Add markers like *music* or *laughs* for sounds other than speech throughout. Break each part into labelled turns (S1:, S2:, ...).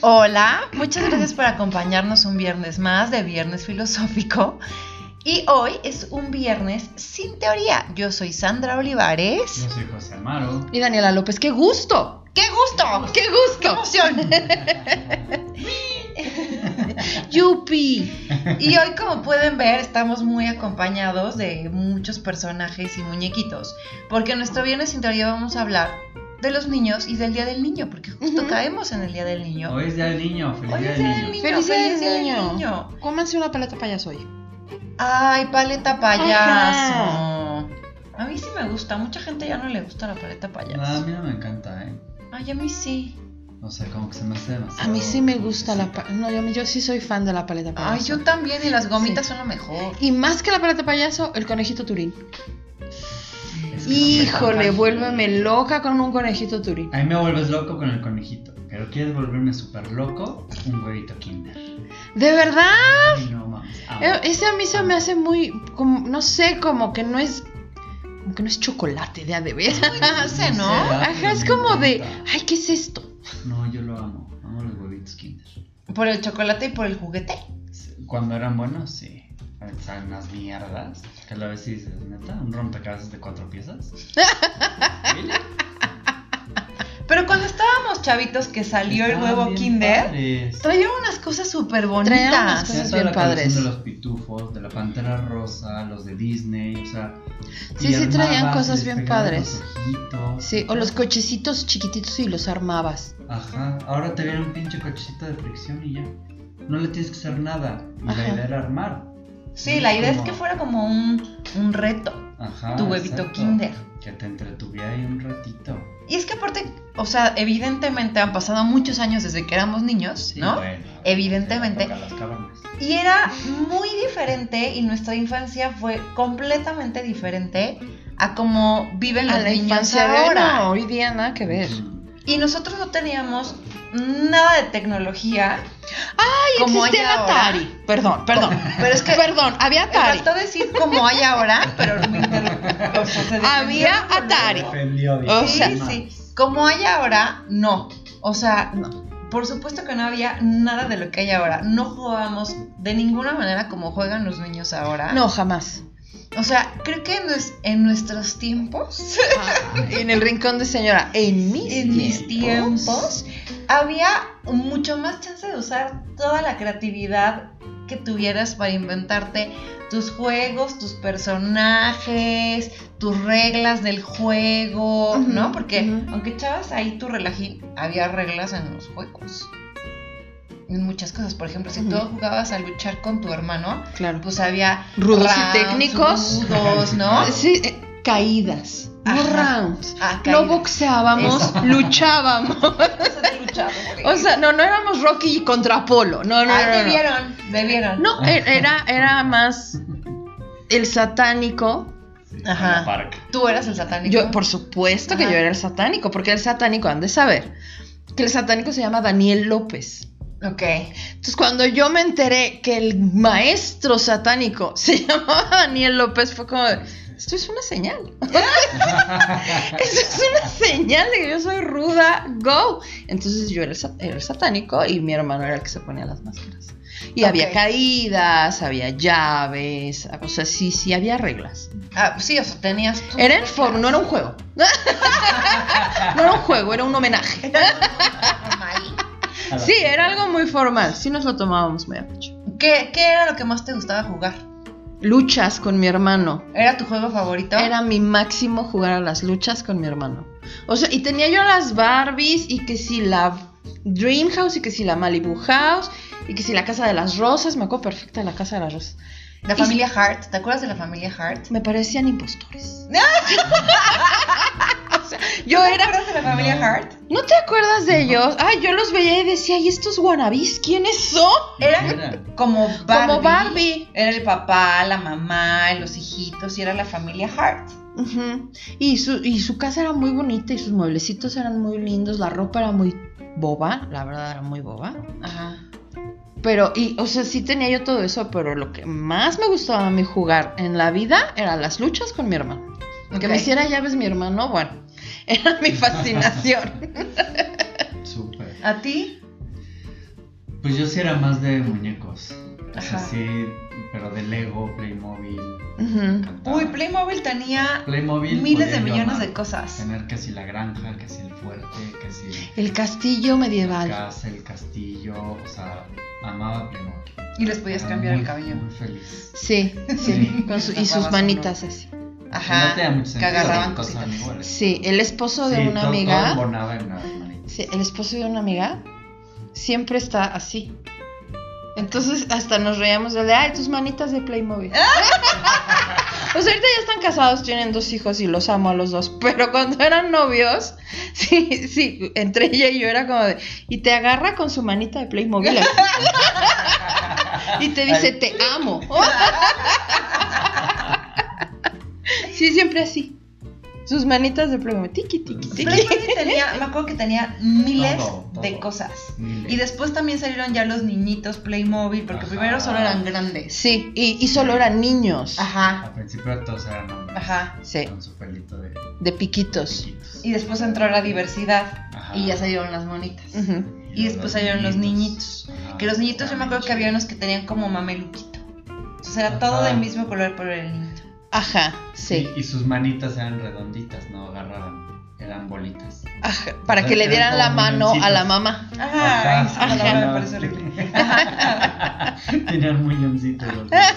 S1: Hola, muchas gracias por acompañarnos un viernes más de Viernes Filosófico. Y hoy es un viernes sin teoría. Yo soy Sandra Olivares.
S2: Yo soy José Amaro.
S3: Y Daniela López, qué gusto.
S1: ¡Qué gusto!
S3: ¡Qué
S1: ¡Qué
S3: gusto!
S1: emoción!
S3: *laughs* ¡Yupi!
S1: Y hoy, como pueden ver, estamos muy acompañados de muchos personajes y muñequitos. Porque en nuestro viernes sin teoría vamos a hablar de los niños y del Día del Niño. Porque justo
S3: Ujú.
S1: caemos en el Día del Niño.
S2: Hoy es Día del Niño, feliz
S1: Hoy
S2: Día
S1: es
S2: del
S1: Día
S2: Niño.
S3: Feliz Día del
S1: Día del
S3: Niño.
S1: Niño.
S3: Cómanse una paleta payaso hoy.
S1: Ay, paleta payaso. A mí sí me gusta. Mucha gente ya no le gusta la paleta payaso.
S2: Ah, a mí no me encanta, ¿eh?
S1: Ay, a mí sí.
S2: O sea, como que se me hace demasiado.
S3: A mí sí me gusta la paleta. No, yo, yo sí soy fan de la paleta payaso.
S1: Ay, yo también. Y las gomitas son lo mejor.
S3: Y más que la paleta payaso, el conejito turín.
S2: Es que no me
S3: Híjole,
S2: encanta.
S3: vuélveme loca con un conejito turín.
S2: A mí me vuelves loco con el conejito. Pero quieres volverme súper loco, un huevito Kinder.
S3: ¿De verdad?
S2: Ay, no mames. Ah, amo.
S3: Eh, Ese a mí se me hace muy. como- no sé, como que no es. Como que no es chocolate de a de *laughs* veras.
S1: dulce, ¿no?
S2: ¿verdad? Pero
S3: Ajá, es
S2: me
S3: como de.
S2: encanta.
S3: Ay, ¿qué es esto?
S2: No, yo lo amo. Amo los huevitos Kinder.
S1: Por el chocolate y por el juguete.
S2: Cuando eran buenos, sí. Ahorita Saben unas mierdas. Que a la vez sí dices, neta, un rompecabezas de cuatro piezas. Really?
S1: Pero cuando estábamos chavitos que salió el
S2: Estaban
S1: huevo
S2: bien
S1: Kinder,
S2: padres.
S1: traía unas cosas súper
S3: Traía unas
S1: bonitas.
S3: cosas-
S2: Ya
S3: Cosas
S2: toda la
S3: bien padres.
S2: colección de los pitufos, de la pantera rosa, los de Disney, o sea.
S3: Sí,
S2: y
S3: sí, traían
S2: armabas,
S3: cosas
S2: les
S3: bien
S2: pegabas
S3: padres.
S2: los ojitos.
S3: Sí, o los cochecitos chiquititos y los armabas.
S2: Ajá, ahora te viene un pinche cochecito de fricción y ya. No le tienes que hacer nada. Y la
S3: Ajá.
S2: idea era armar.
S1: Sí, la idea es
S2: Como-
S1: que fuera como un, un reto,
S2: Ajá,
S1: tu huevito
S2: Ah, exacto.
S1: Kinder.
S2: Que te entretuviera ahí un ratito.
S1: Y es que aparte, o sea, evidentemente han pasado muchos años desde que éramos niños,
S2: Sí,
S1: ¿no?
S2: bueno,
S1: Evidentemente.
S2: te toca las cavernas.
S1: Y era muy diferente y nuestra infancia fue completamente diferente a como viven los
S3: A la
S1: niños
S3: infancia de hoy,
S1: ahora.
S3: no, hoy día nada que ver.
S2: Mm.
S1: Y nosotros no teníamos nada de tecnología.
S3: Ay,
S1: como hay
S3: existía el
S1: ahora.
S3: Atari. Perdón,
S2: *laughs*
S3: perdón.
S1: Pero es que
S3: perdón, había
S1: me
S3: Atari.
S1: faltó decir como hay
S3: *laughs*
S1: ahora, pero
S2: *laughs*
S1: me interrumpió, o sea, se defendió
S3: Había
S1: con
S3: Atari.
S1: algo.
S2: Ofendió,
S3: Ah, O
S2: dice,
S3: sea,
S1: Sí,
S2: no.
S1: sí. Como hay ahora, no. O sea, por supuesto que no había nada de lo que hay ahora. No jugábamos de ninguna manera como juegan los niños ahora.
S3: No, jamás.
S1: O sea, creo que en, nues- en nuestros tiempos,
S3: en el rincón de señora. En mis
S1: en mis tiempos,
S3: tiempos.
S1: había mucho más chance de usar toda la creatividad que tuvieras para inventarte tus juegos, tus personajes, tus reglas del juego,
S3: Ujú,
S1: ¿no? Porque
S3: ujú.
S1: aunque echabas ahí tu relajín, había reglas en los juegos. En muchas cosas, por ejemplo, si tú
S3: Ujú.
S1: jugabas a luchar con tu hermano,
S3: Claro.
S1: pues había
S3: Rudos y
S1: rounds,
S3: técnicos.
S1: rudos,
S3: *laughs*
S1: ¿no?
S3: Sí, eh, caídas. No
S1: Ajá.
S3: rounds.
S1: Ah,
S3: No
S1: caídas. *laughs*
S3: boxeábamos,
S1: Eso. *laughs*
S3: luchábamos. O sea, no, no éramos Rocky contra Polo. No, no,
S1: Ay,
S3: no,
S1: me
S3: no.
S1: vieron, me vieron.
S3: No, e- era, era más el satánico.
S2: Sí,
S1: Ajá.
S2: en la parca.
S1: Tú eras el satánico.
S3: Yo, por supuesto que
S1: Ajá.
S3: yo era el satánico, porque el satánico, han de saber, que el satánico se llama Daniel López.
S1: Ok.
S3: Entonces, cuando yo me enteré que el maestro satánico *laughs* se llamaba Daniel López, fue como, esto es una señal. Esto es una señal de que yo soy ruda, go. Entonces, yo era el, sa- era el satánico y mi hermano era el que se ponía las máscaras. Y
S1: Ok.
S3: había caídas, había llaves, o sea, sí, sí, había reglas.
S1: Ah, pues sí, o sea, tenías tú.
S3: Era en forma, no era un juego. *laughs* No era un juego, era un homenaje.
S1: Ahí.
S2: A la
S3: Sí, era algo muy formal. Sí nos lo tomábamos muy a pecho.
S1: *laughs* ¿Qué, ¿Qué era lo que más te gustaba jugar?
S3: Luchas con mi hermano.
S1: ¿Era tu juego favorito?
S3: Era mi máximo jugar a las luchas con mi hermano. O sea, y tenía yo las Barbies y que si la Dream House y que si la Malibu House y que si la Casa de las Rosas. Me acuerdo perfecta de la Casa de las Rosas.
S1: La familia Hart. ¿Te acuerdas de la familia Hart?
S3: Me parecían impostores. *laughs* O sea, yo
S1: ¿Te
S3: era
S1: acuerdas de la familia
S2: No.
S1: Hart?
S3: ¿No te acuerdas de ellos? Ay, yo los veía y decía, ¿y estos wannabis quiénes son?
S1: Era
S2: Era.
S1: como Barbie.
S3: Como Barbie.
S1: Era el papá, la mamá, los hijitos y era la familia Hart.
S3: Ujú. y, su, y su casa era muy bonita y sus mueblecitos eran muy lindos, la ropa era muy boba, la verdad era muy boba.
S1: Ajá.
S3: Pero, y, o sea, sí tenía yo todo eso, pero lo que más me gustaba a mí jugar en la vida eran las luchas con mi hermano. Que
S1: Ok.
S3: me hiciera llaves mi hermano, bueno, *laughs* era mi fascinación.
S2: Súper.
S1: ¿A ti?
S2: Pues yo sí era más de muñecos. O sea,
S1: Ajá.
S2: sí, pero de Lego, Playmobil.
S3: Ujú.
S2: encantaba.
S1: Uy, Playmobil tenía
S2: Playmobil.
S1: miles de
S2: podía yo
S1: millones
S2: amar.
S1: de cosas.
S2: Tener que si la granja, que si el fuerte, que si
S3: El castillo
S2: la
S3: medieval.
S2: casa, el castillo. O sea, amaba Playmobil.
S1: Y les podías
S2: Era
S1: cambiar el
S2: muy-
S1: cabello.
S2: Muy feliz.
S3: Sí, sí.
S2: Sí.
S3: con su- y
S1: Tapabas
S3: sus
S1: uno.
S3: manitas así.
S1: Ajá.
S2: No tenía mucho
S1: que
S2: sentido,
S1: agarraban
S2: porque
S1: cositas.
S2: son iguales.
S3: Sí, el esposo de
S2: Sí,
S3: una
S2: todo-
S3: amiga.
S2: Todo embonaba en las manitas.
S3: Sí, el esposo de una amiga siempre está así. Entonces hasta nos reíamos de, ay, tus manitas de Playmobil. *laughs* pues ahorita ya están casados, tienen dos hijos y los amo a los dos. Pero cuando eran novios, *laughs* sí, sí, entre ella y yo era como de, y te agarra con su manita de Playmobil. *laughs* así. y te dice, te amo. *laughs* sí, siempre así. Sus manitas de Playmobil. Tiki, tiki, tiki.
S1: Playmobil tenía, me acuerdo que tenía miles
S2: Todo, todo.
S1: de cosas.
S2: Miles.
S1: Y después también salieron ya los niñitos Playmobil, porque
S2: Ajá.
S1: primero solo eran grandes.
S3: Sí, y, y solo eran niños.
S1: Ajá,
S2: Al principio todos eran hombres.
S1: ajá.
S3: Sí,
S2: Con su pelito de
S3: de piquitos.
S2: chiquitos.
S1: Y después entró la diversidad
S2: Ajá.
S1: y ya salieron las monitas.
S3: Ujú.
S1: Y después salieron los niñitos.
S2: Ajá.
S1: Que los niñitos yo me acuerdo que había unos que tenían como mameluquito. Entonces era todo
S2: Ajá.
S1: del mismo color, pero era el niñito.
S3: Ajá, sí.
S2: Y, y sus manitas eran redonditas, no agarraban, eran bolitas.
S3: Ajá, para que le dieran la
S2: Eran como
S3: mano a la
S2: muñoncitos.
S3: mamá.
S1: Ajá, esa
S2: Ajá.
S1: palabra
S2: Ajá.
S1: me parece horrible.
S2: *laughs* Tenían muñoncitos los niños.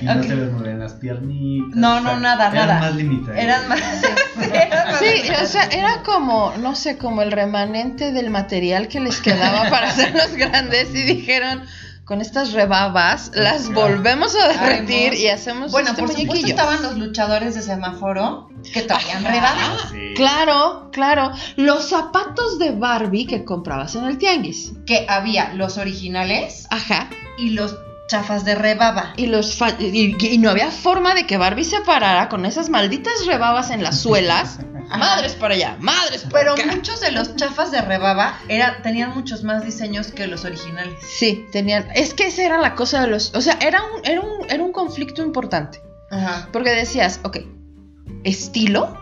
S2: Y no
S1: Ok.
S2: se les movían las piernitas.
S1: No,
S2: o sea,
S1: no, nada,
S2: eran
S1: nada.
S2: más limitados.
S1: Eran más. *laughs* eran más-
S3: Sí, o sea, era como, no sé, como el remanente del material que les quedaba
S1: *laughs*
S3: para hacerlos grandes y dijeron, con estas rebabas las
S2: Ajá.
S3: volvemos a derretir
S1: Haremos-
S3: y hacemos
S1: Bueno,
S3: este
S1: por supuesto
S3: muñequillo".
S1: estaban los luchadores de semáforo que traían
S3: Ajá.
S1: rebajas.
S2: Ah, Sí.
S3: Claro, claro. Los zapatos de Barbie que comprabas en el tianguis.
S1: Que había los originales
S3: Ajá.
S1: y los chafas de rebaba.
S3: Y, los fa- y, y no había forma de que Barbie se parara con esas malditas rebabas en las
S2: *laughs*
S3: *laughs* suelas. Madres para allá, madres para
S1: Pero
S3: acá.
S1: muchos de los chafas de rebaba era, tenían muchos más diseños que los originales.
S3: Sí, tenían. Es que esa era la cosa de los. O sea, era un, era un, era un conflicto importante.
S1: Ajá.
S3: Porque decías, ok, estilo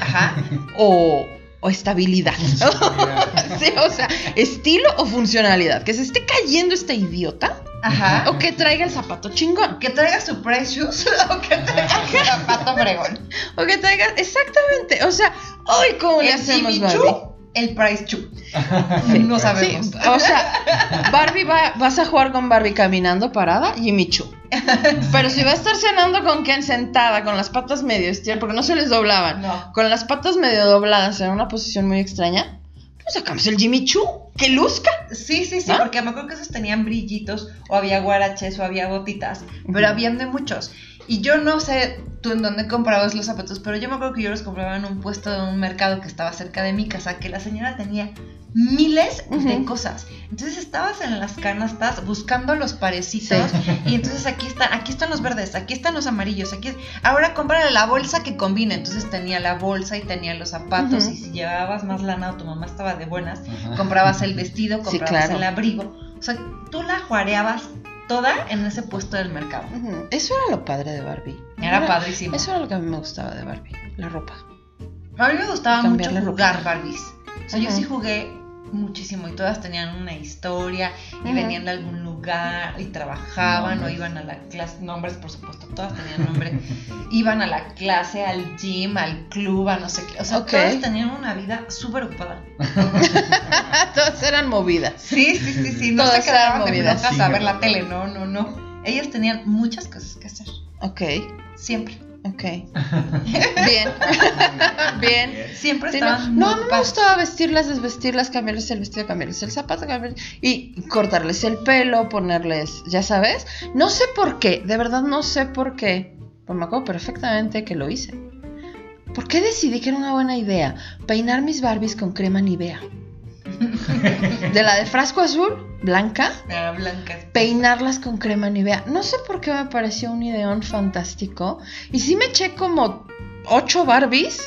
S1: Ajá.
S3: o, o estabilidad. *laughs* Sí, o sea, estilo o funcionalidad. Que se esté cayendo esta idiota
S1: Ajá.
S3: o que traiga el zapato chingón.
S1: Que traiga su precious *laughs* o que traiga su zapato bregón.
S3: O que traiga. Exactamente. O sea, hoy, ¿cómo le
S1: El
S3: hacemos,
S1: Jimmy
S3: Barbie?
S1: Choo, el price chu.
S3: Sí.
S1: No sabemos.
S3: Sí, o sea, Barbie va, vas a jugar con Barbie caminando parada, Jimmy Choo. Pero si va a estar cenando con quien sentada, con las patas medio estiradas, porque no se les doblaban,
S1: No.
S3: con las patas medio dobladas en una posición muy extraña, pues sacamos el Jimmy Choo, que luzca.
S1: Sí, sí, sí,
S3: ¿Ah?
S1: porque me acuerdo que esos tenían brillitos, o había guaraches, o había botitas, pero
S3: Ujú.
S1: habían de muchos. Y yo no sé tú en dónde comprabas los zapatos, pero yo me acuerdo que yo los compraba en un puesto de un mercado que estaba cerca de mi casa, que la señora tenía miles de
S3: Ujú.
S1: cosas. Entonces estabas en las canastas buscando los parecitos y entonces aquí están, aquí están los verdes, aquí están los amarillos, aquí ahora cómprale la bolsa que combina. Entonces tenía la bolsa y tenía los zapatos
S3: Ujú.
S1: y si llevabas más lana o tu mamá estaba de buenas,
S2: Ajá.
S1: comprabas el vestido,
S3: Sí,
S1: comprabas
S3: claro.
S1: el abrigo. O sea, tú la juareabas toda en ese puesto del mercado.
S3: Ujú, Eso era lo padre de Barbie.
S1: Era padrísimo.
S3: Eso era lo que a mí me gustaba de Barbie, la ropa.
S1: A mí me gustaba mucho
S3: Cambiar la
S1: jugar
S3: ropa.
S1: Barbies. O sea, yo
S3: Ajá.
S1: sí jugué muchísimo y todas tenían una historia y
S3: Ajá.
S1: venían de algún lugar y trabajaban o
S2: Nombres.
S1: iban a la clase, nombres por supuesto, todas tenían nombre, *laughs* iban a la clase, al gym, al club, a no sé qué. O sea,
S3: Ok.
S1: todas tenían una vida súper ocupada.
S3: *laughs* Todas eran movidas.
S1: Sí, sí, sí, sí, no
S3: Todas
S1: se quedaban
S3: eran
S1: de
S3: movidas.
S1: flojos a
S2: Sí,
S1: ver la
S2: ¿verdad?
S1: tele, no, no, no. Ellas tenían muchas cosas que hacer,
S3: Ok,
S1: siempre.
S3: ok. *laughs* Bien,
S2: *laughs*
S1: *laughs*
S3: bien.
S1: Siempre
S3: Sí,
S1: estaban muy
S3: no, no, a mí me
S1: ocupadas.
S3: gustaba vestirlas, desvestirlas, cambiarles el vestido, cambiarles el zapato, cambiarles, y cortarles el pelo, ponerles, ya sabes. No sé por qué, de verdad no sé por qué, pero me acuerdo perfectamente que lo hice. ¿Por qué decidí que era una buena idea peinar mis Barbies con crema Nivea? De la de frasco azul, blanca,
S1: Ah, blancas.
S3: peinarlas con crema Nivea. No sé por qué me pareció un ideón fantástico. Y sí me eché como ocho Barbies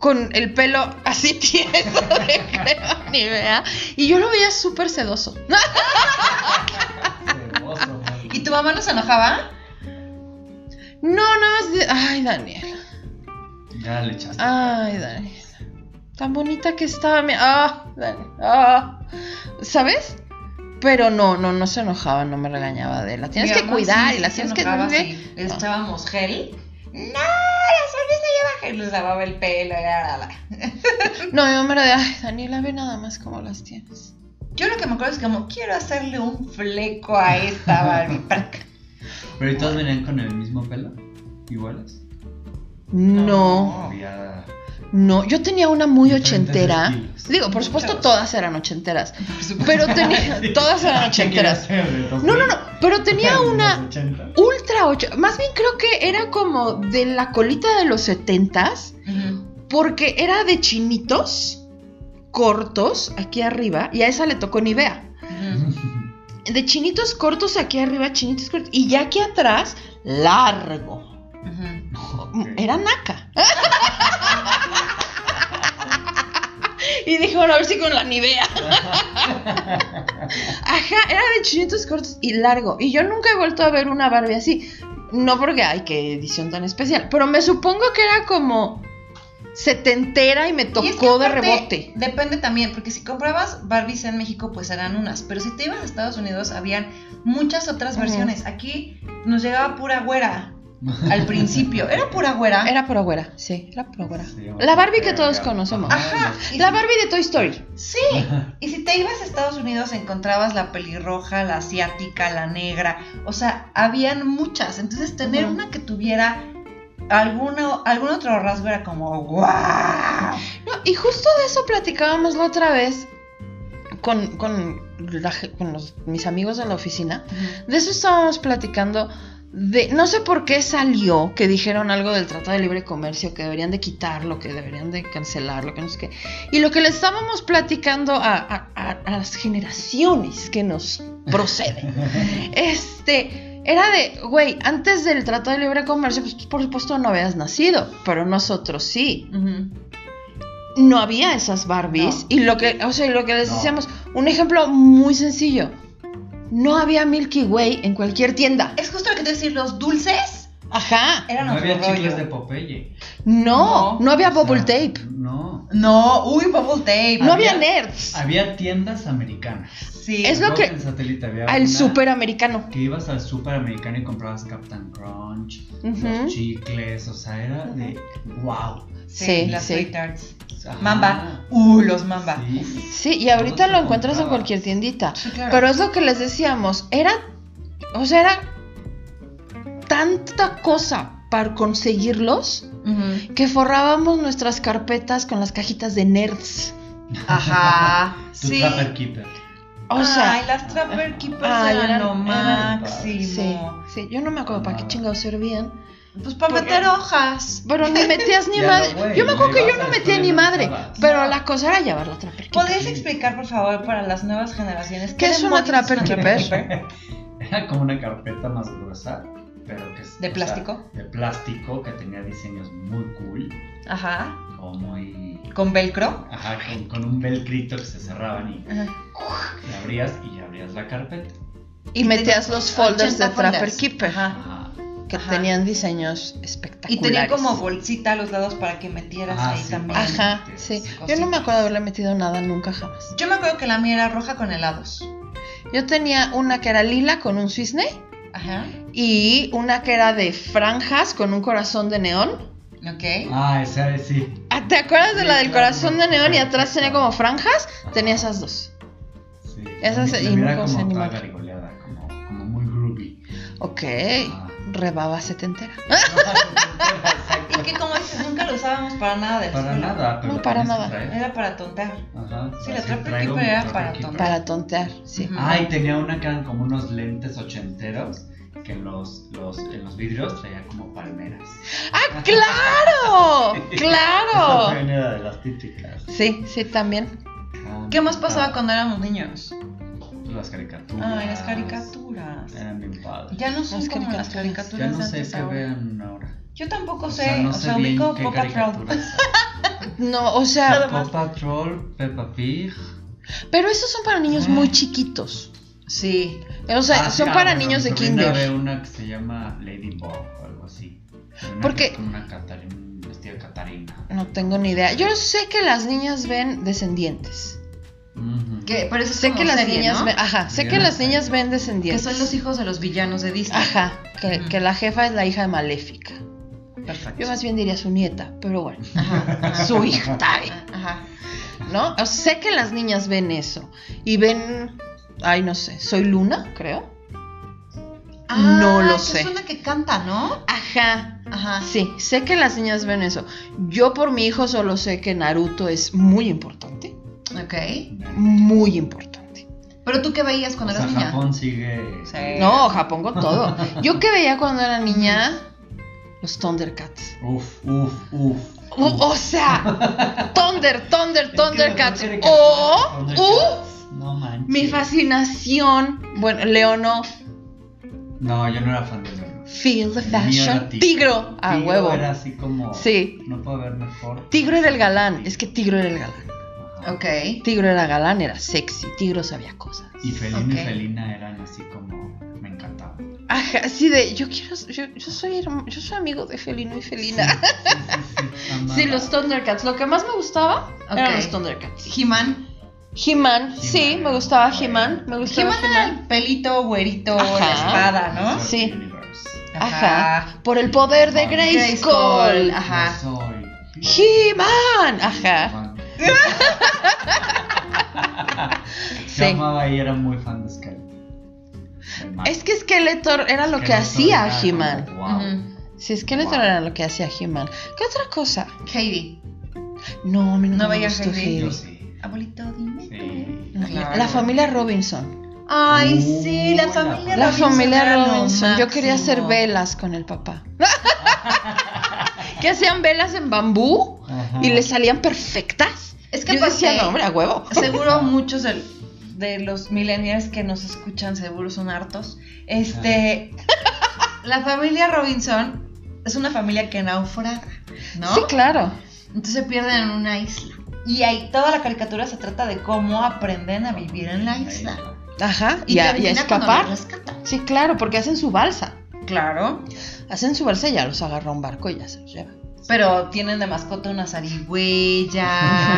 S3: con el pelo así *laughs* tieso de crema Nivea. Y yo lo veía súper sedoso. *laughs*
S2: Ceboso, madre.
S1: ¿Y tu mamá no se enojaba?
S3: No, nada más de... Ay, Daniel.
S2: Ya le echaste.
S3: Ay, Daniel. tan bonita que estaba. mi- Ah, dale, ah. ¿Sabes? Pero no, no, no se enojaba, no me regañaba de él. La tienes
S1: Mi
S3: que
S1: mamá
S3: cuidar
S1: sí,
S3: y la
S1: sí
S3: tienes
S1: se
S3: que.
S1: enojaba así. Les
S3: No.
S1: echábamos gel. No, las Barbies no llevan gel. Les lavaba el pelo. la, la, la.
S3: No, mi mamá era de, ay, Daniela, ve nada más cómo las tienes.
S1: Yo lo que me acuerdo es como, quiero hacerle un fleco a esta
S3: *laughs*
S1: Barbie. Prac.
S2: Pero ¿y todos venían con el mismo pelo? ¿Iguales?
S3: No,
S1: Ah.
S2: Había...
S3: no. Yo tenía una muy
S2: Diferentes
S3: ochentera.
S2: estilos.
S3: Digo, por supuesto,
S1: Muchos.
S3: todas eran ochenteras.
S1: Por supuesto.
S3: Pero
S2: *laughs*
S3: tenía. Todas eran ochenteras. No, no, no. Pero tenía una ultra ocho. Más bien creo que era como de la colita de los setentas.
S1: Ujú.
S3: Porque era de chinitos cortos aquí arriba. Y a esa le tocó Nivea.
S1: Ujú.
S3: De chinitos cortos aquí arriba, chinitos cortos. Y ya aquí atrás, largo.
S1: Ujú.
S3: Mm, Era naca. *laughs* Y dije, bueno, a ver si con la Nivea. Ajá, era de chinitos cortos y largo. Y yo nunca he vuelto a ver una Barbie así. No porque, ay, qué edición tan especial. Pero me supongo que era como setentera y me tocó
S1: Y es que
S3: de
S1: aparte,
S3: rebote.
S1: Depende también, porque si comprabas Barbies en México, pues eran unas. Pero si te ibas a Estados Unidos, habían muchas otras
S3: Ujú.
S1: versiones. Aquí nos llegaba pura güera
S3: *laughs*
S1: al principio. Era pura güera.
S3: Era pura güera, sí, era pura güera.
S2: *laughs* Sí,
S3: la Barbie que
S2: era-
S3: todos conocemos.
S1: Ajá. Y
S3: La
S1: si-
S3: Barbie de Toy Story.
S2: *laughs*
S1: Sí. Y si te ibas a Estados Unidos encontrabas la pelirroja, la asiática, la negra, o sea, habían muchas. Entonces tener
S3: Ujú.
S1: una que tuviera alguno, algún otro rasgo era como wow.
S3: No, y justo de eso platicábamos la otra vez con, con, la ge- con los- mis amigos de la oficina. De eso estábamos platicando. De, no sé por qué salió que dijeron algo del Tratado de Libre Comercio, que deberían de quitarlo, que deberían de cancelarlo, que no sé qué. Y lo que le estábamos platicando a, a- a- a las generaciones que nos proceden, este, era de, güey, antes del Tratado de Libre Comercio, pues tú, por supuesto no habías nacido, pero nosotros sí
S1: Ujú.
S3: no había esas Barbies
S1: No.
S3: y lo que, o sea, y lo que les
S2: No.
S3: decíamos, un ejemplo muy sencillo. No había Milky Way en cualquier tienda.
S1: Es justo lo que te decir, los dulces
S3: Ajá.
S1: eran
S2: No
S1: otro
S2: había
S1: rollo.
S2: chicles de Popeye.
S3: No, no,
S1: No.
S3: había
S2: O sea,
S3: bubble tape.
S2: No.
S1: No, uy, bubble tape.
S3: No había,
S2: había-
S3: nerds.
S2: Había tiendas americanas.
S1: Sí.
S3: Es lo
S2: Luego
S3: que-
S2: en satélite había
S3: Al
S2: una
S3: superamericano.
S2: Que ibas al super americano y comprabas Captain Crunch,
S3: Ujú.
S2: los chicles, o sea, era de wow.
S3: Sí,
S1: las
S3: sí.
S1: Sweet Tarts.
S2: Ajá.
S1: Mamba. Uh, los mamba.
S2: Sí.
S3: Sí, y ahorita
S2: No
S3: lo
S2: se
S3: encuentras en
S2: compraba.
S3: cualquier tiendita.
S1: Sí, claro.
S3: Pero es lo que les decíamos, era, o sea, era tanta cosa para conseguirlos
S1: Ujú.
S3: que forrábamos nuestras carpetas con las cajitas de nerds.
S1: Ajá.
S2: Tu
S1: sí.
S2: Trapper Keeper.
S3: O sea,
S1: Ay, las Trapper Keepers
S3: Ay,
S1: eran,
S3: eran-
S1: lo
S2: eran
S1: máximo.
S3: Sí, sí, yo no me acuerdo para qué
S2: Ah.
S3: chingados servían.
S1: Pues para
S3: Porque-
S1: meter hojas.
S3: Pero ni metías ni
S2: Ya
S3: madre.
S2: no, güey,
S3: yo me acuerdo
S2: le
S3: que yo
S2: vas
S3: no
S2: a
S3: metía ni
S2: descubrir
S3: madre.
S2: nada.
S3: Pero
S1: No.
S3: la cosa era llevar la trapper. keeper.
S1: ¿Podrías explicar, por favor, para las nuevas generaciones
S3: ¿Qué es una
S1: demonios
S3: Trapper Keeper?
S2: *laughs* Era como una carpeta más gruesa, pero que es-
S1: ¿De
S2: o sea,
S1: plástico?
S2: de plástico que tenía diseños muy cool,
S1: Ajá.
S2: como muy
S1: ¿Con velcro?
S2: ajá, con, con un velcrito que se cerraban y
S1: Ajá.
S2: la abrías y abrías la carpeta.
S3: Y metías los folders de
S1: 80 folders.
S3: trapper keeper.
S1: Ajá.
S2: Ajá.
S3: Que
S1: Ajá.
S3: tenían diseños espectaculares.
S1: Y tenía como bolsita a los lados para que metieras
S2: Ah,
S1: ahí
S2: sí.
S1: también.
S3: Ajá, sí. Yo no me acuerdo de haberle metido nada nunca jamás.
S1: Yo me acuerdo que la mía era roja con helados.
S3: Yo tenía una que era lila con un cisne.
S1: Ajá.
S3: Y una que era de franjas con un corazón de neón.
S1: Ok.
S2: Ah, esa es sí.
S3: Ah, ¿Te acuerdas de
S2: Sí,
S3: la del
S2: claro.
S3: corazón de neón y atrás tenía como franjas? Tenía esas dos.
S2: sí.
S3: Esa es-
S2: La
S3: y
S2: mía
S3: nunca
S2: era
S3: usé
S2: como
S3: ni
S2: toda
S3: madre.
S2: garigoleada, como, como muy groovy.
S3: Ok.
S2: Ah. *laughs*
S3: Rebaba setentera.
S1: Y
S3: *laughs*
S1: que como dices, nunca lo usábamos para nada de la
S2: Para
S1: escuela.
S2: nada, pero
S3: No,
S2: lo
S3: para
S2: tenías que
S3: nada.
S2: traer.
S1: Era para tontear.
S2: Ajá.
S1: Sí, la
S2: así
S1: Trapper
S2: traigo
S1: Keeper
S2: mi
S1: era
S2: Trapper
S1: para
S2: Keeper.
S3: Para tontear, sí.
S1: Ujú.
S2: Ah, y tenía una que eran como unos lentes ochenteros que en los, los, en los vidrios traía como palmeras.
S1: *laughs*
S3: ¡Ah, claro!
S1: Oh.
S2: Esa
S3: ¡Claro!
S2: también era de las típicas.
S3: Sí, sí, también.
S2: Ah,
S1: ¿Qué más pasaba
S2: ah,
S1: cuando éramos niños?
S2: Las caricaturas.
S1: Ay, las caricaturas.
S2: Eran bien padres.
S1: Ya no son
S3: Las
S1: como las
S3: caricaturas.
S1: caricaturas
S2: Ya no
S1: de
S2: sé
S1: antes
S2: qué
S1: ahora.
S2: vean ahora.
S1: Yo tampoco sé,
S2: no
S1: o
S2: sé
S1: sea,
S2: bien
S1: ubico
S2: qué
S1: Pop Patrol. *laughs*
S2: caricaturas.
S3: No, o
S1: Nada
S3: sea,
S1: más.
S2: Paw Patrol, Peppa Pig.
S3: pero esos son para niños muy chiquitos.
S1: Sí.
S3: O sea,
S2: Ah, sí,
S3: son
S2: ah,
S3: para
S2: bueno,
S3: niños
S2: mi
S3: de
S2: sobrina
S3: kinder.
S2: ve una que se llama Ladybug o algo así. Una
S3: Porque-
S2: que es como una Catarina, un vestido de Catarina.
S3: No tengo ni idea. Yo sé que las niñas ven descendientes.
S2: Ujú.
S1: Que, pero eso es
S3: Sé
S1: como
S3: que las
S1: serie,
S3: niñas
S1: ¿no?
S3: ven, ajá, sé
S2: Yo
S3: que
S2: no
S3: las
S2: sé.
S3: niñas ven
S1: Que
S3: descendientes.
S1: son los hijos de los villanos de Disney.
S3: Ajá, que,
S1: Ujú.
S3: que la jefa es la hija de Maléfica. Yo
S1: Perfecto.
S3: más bien diría su nieta, pero bueno,
S1: Ajá.
S3: *laughs* su hija, está bien,
S1: ajá, ajá.
S3: ¿no? O sea, sé que las niñas ven eso y ven, ay, no sé, soy Luna, creo. No lo
S1: Ah, que
S3: sé.
S1: Es una que canta, ¿no?
S3: Ajá,
S1: Ajá.
S3: Ah, sí, sé que las niñas ven eso. Yo por mi hijo solo sé que Naruto es muy importante,
S1: Ok.
S3: muy importante.
S1: Pero tú qué veías cuando
S2: o sea,
S1: eras niña.
S2: Japón sigue.
S1: Sí.
S3: No, Japón con todo. Yo que veía cuando era niña, los Thundercats.
S2: Uf, uf, uf.
S3: O, o sea, Thunder, Thunder,
S2: Es que
S3: Thundercats. Oh,
S2: mejor caricatura
S3: O,
S2: de
S3: u,
S2: Thundercats. No manches.
S3: mi fascinación. Bueno, Leono,
S2: No, yo no era fan de Leo.
S3: Feel the
S2: El mío
S3: Fashion.
S2: era tigre.
S3: Tigro, a
S2: Tigro
S3: Ah, huevo.
S2: Era así como.
S3: Sí.
S2: No puedo ver mejor.
S3: Tigro era el galán. Es que Tigro era el galán.
S2: Ajá.
S1: Ok.
S3: Tigro era galán, era sexy. Tigro sabía cosas.
S2: Y Felina
S1: Ok.
S2: y Felina eran así como. Me encantaba.
S3: Ajá, así de, yo quiero, yo, yo soy, herm- yo soy amigo de Felino y Felina.
S2: Amaba.
S3: *laughs* Sí, los Thundercats. Lo que más me gustaba
S1: Ok.
S3: eran los Thundercats.
S1: He-Man.
S3: Ah. He-Man, sí,
S2: He-Man.
S3: me gustaba He-Man, me gustaba
S1: He-Man era el pelito, güerito, la
S3: Ajá.
S1: espada, ¿no?
S2: Soy
S3: Sí.
S2: Universe.
S3: Ajá. Por el poder de
S1: Grayskull.
S3: Grayskull.
S1: Ajá.
S2: Yo soy.
S3: He-Man. Ajá.
S2: *laughs* Yo
S3: Sí.
S2: amaba y era muy fan de Skeletor. Del mal.
S3: Es que Skeletor era lo que
S2: Skeletor
S3: hacía
S2: era
S3: He-Man.
S2: como, Wow.
S1: Ujú.
S3: Sí, Skeletor
S2: Wow.
S3: era lo que hacía He-Man. ¿Qué otra cosa?
S1: Heidi.
S3: No, a mí
S1: No
S3: no, me
S1: veías
S3: gustó
S1: Heidi.
S2: Yo
S3: Heidi.
S2: sí.
S1: Abuelito, dime tú.
S2: Sí.
S3: No,
S1: Claro.
S3: La familia Robinson.
S1: Ay, sí, la
S2: Uh,
S1: familia
S3: La
S1: Robinson era
S3: familia
S1: lo
S3: Robinson. Yo quería
S1: máximo.
S3: hacer velas con el papá. *laughs* que hacían velas en bambú
S2: Ajá.
S3: y le salían perfectas.
S1: Es que
S3: Yo decía,
S1: aparte-
S3: no, hombre, a huevo.
S1: Seguro muchos del- de los millennials que nos escuchan seguro son hartos. Este, la familia Robinson es una familia que naufraga, ¿no?
S3: Sí, claro.
S1: Entonces se pierden en una isla. Y ahí toda la caricatura se trata de cómo aprenden a vivir en la isla.
S3: Ajá. Y, a, y a
S1: termina cuando
S3: escapar.
S1: los rescatan.
S3: Sí, claro, porque hacen su balsa.
S1: Claro,
S3: Hacen su balsa y ya los agarra un barco y ya se los lleva.
S1: pero tienen de mascota una zarigüeya.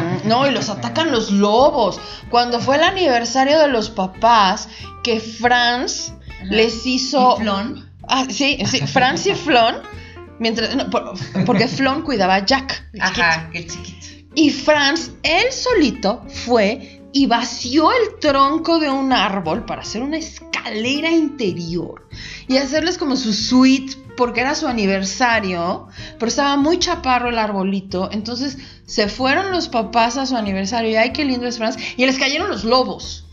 S3: Ujú. Mm, No, y los atacan los lobos. Cuando fue el aniversario de los papás, que Franz les hizo.
S1: Y Flon.
S3: Ah, sí, sí, Franz y Flon. Mientras, no, por- porque Flon cuidaba a Jack. el
S1: Ajá, el chiquito.
S3: chiquito. Y Franz, él solito, fue y vació el tronco de un árbol para hacer una escalera interior y hacerles como su suite porque era su aniversario, pero estaba muy chaparro el arbolito, entonces se fueron los papás a su aniversario y ay, qué lindo es Franz, y les cayeron los lobos,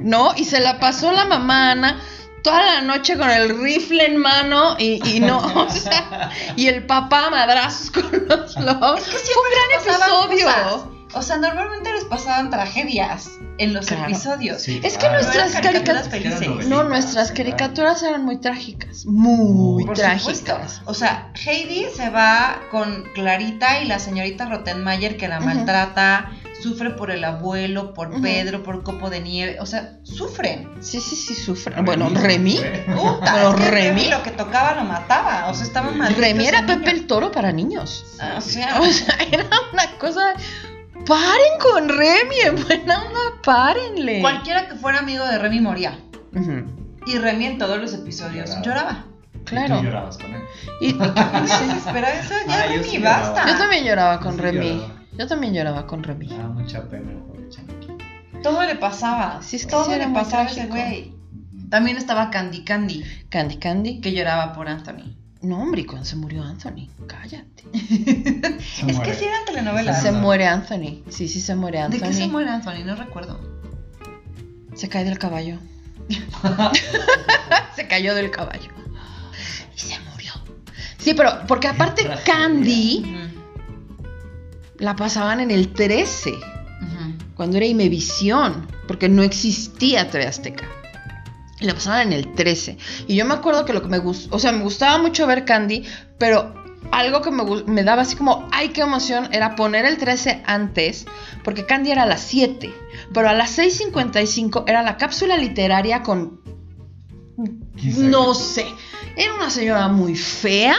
S3: ¿no? Y se la pasó la mamá Ana toda la noche con el rifle en mano y, y no, o sea, y el papá a madrazos con los lobos.
S1: Es que
S3: Fue un gran
S1: pasaban
S3: episodio.
S1: cosas. O sea, normalmente les pasaban tragedias en los
S3: Claro.
S1: episodios.
S2: Sí,
S3: Es que
S2: claro.
S3: nuestras
S2: Eran
S1: caricaturas
S2: felices.
S1: felices.
S2: Eran
S3: No,
S2: novelitas,
S3: nuestras
S2: eran-
S3: caricaturas eran muy trágicas, muy
S2: Por
S3: trágicas.
S1: O sea, Heidi se va con Clarita y la señorita Rottenmeier que la
S3: Ujú.
S1: maltrata, sufre por el abuelo, por
S3: Ujú.
S1: Pedro, por Copo de Nieve, o sea, sufren.
S3: Sí, sí, sí, sufren. Bueno, Remy.
S1: Puta,
S3: Pero
S1: es que
S3: Remy-
S1: Remy lo que tocaba lo mataba, o sea, estaba
S2: Sí.
S1: maldito
S3: Remy
S1: ese
S3: era
S1: niño.
S3: Pepe el Toro para niños. *laughs*
S1: Ah, O sea,
S3: O sea, era una cosa. ¡Paren con Remy! *laughs* En buena onda, párenle.
S1: cualquiera que fuera amigo de Remy moría.
S3: Ujú,
S1: Y Remy en todos los episodios lloraba.
S2: Lloraba.
S3: Claro.
S2: Y tú llorabas con él. *laughs*
S3: Y- sí.
S1: Espera, eso ya
S2: Ah, yo
S1: Remy
S2: sí lloraba.
S1: basta.
S3: Yo también lloraba Ah, con
S2: Sí,
S3: Remy.
S2: lloraba.
S3: Yo también lloraba con Remy.
S2: Me daba mucha pena el pobre chamaquito.
S1: Todo le pasaba.
S3: Sí, es que
S1: todo
S3: sí era
S1: le
S3: muy
S1: pasaba a ese
S3: trágico.
S1: güey.
S2: Ujú.
S1: También estaba Candy Candy,
S3: Candy Candy.
S1: que lloraba por Anthony.
S3: No, hombre, ¿y cuando se murió Anthony? Cállate.
S2: Se
S1: es
S2: muere.
S1: que sí eran telenovelas.
S3: Se
S2: Ajá.
S3: muere Anthony. Sí, sí, se muere Anthony.
S1: ¿De qué se muere Anthony? No recuerdo.
S3: Se cae del caballo. se cayó del caballo. Y se murió. Sí, pero porque aparte
S2: tragedia.
S3: Candy
S1: Ujú,
S3: la pasaban en el 13,
S1: ujú.
S3: cuando era Imevisión, porque no existía TV Azteca. Y la pasaban en el 13. Y yo me acuerdo que lo que me gustó, o sea, me gustaba mucho ver Candy, pero algo que me, gus- me daba así como, ay, qué emoción, era poner el 13 antes, porque Candy era a las 7, pero a las 6.55 era la cápsula literaria con
S2: Quizá-
S3: No sé. Era una señora muy fea,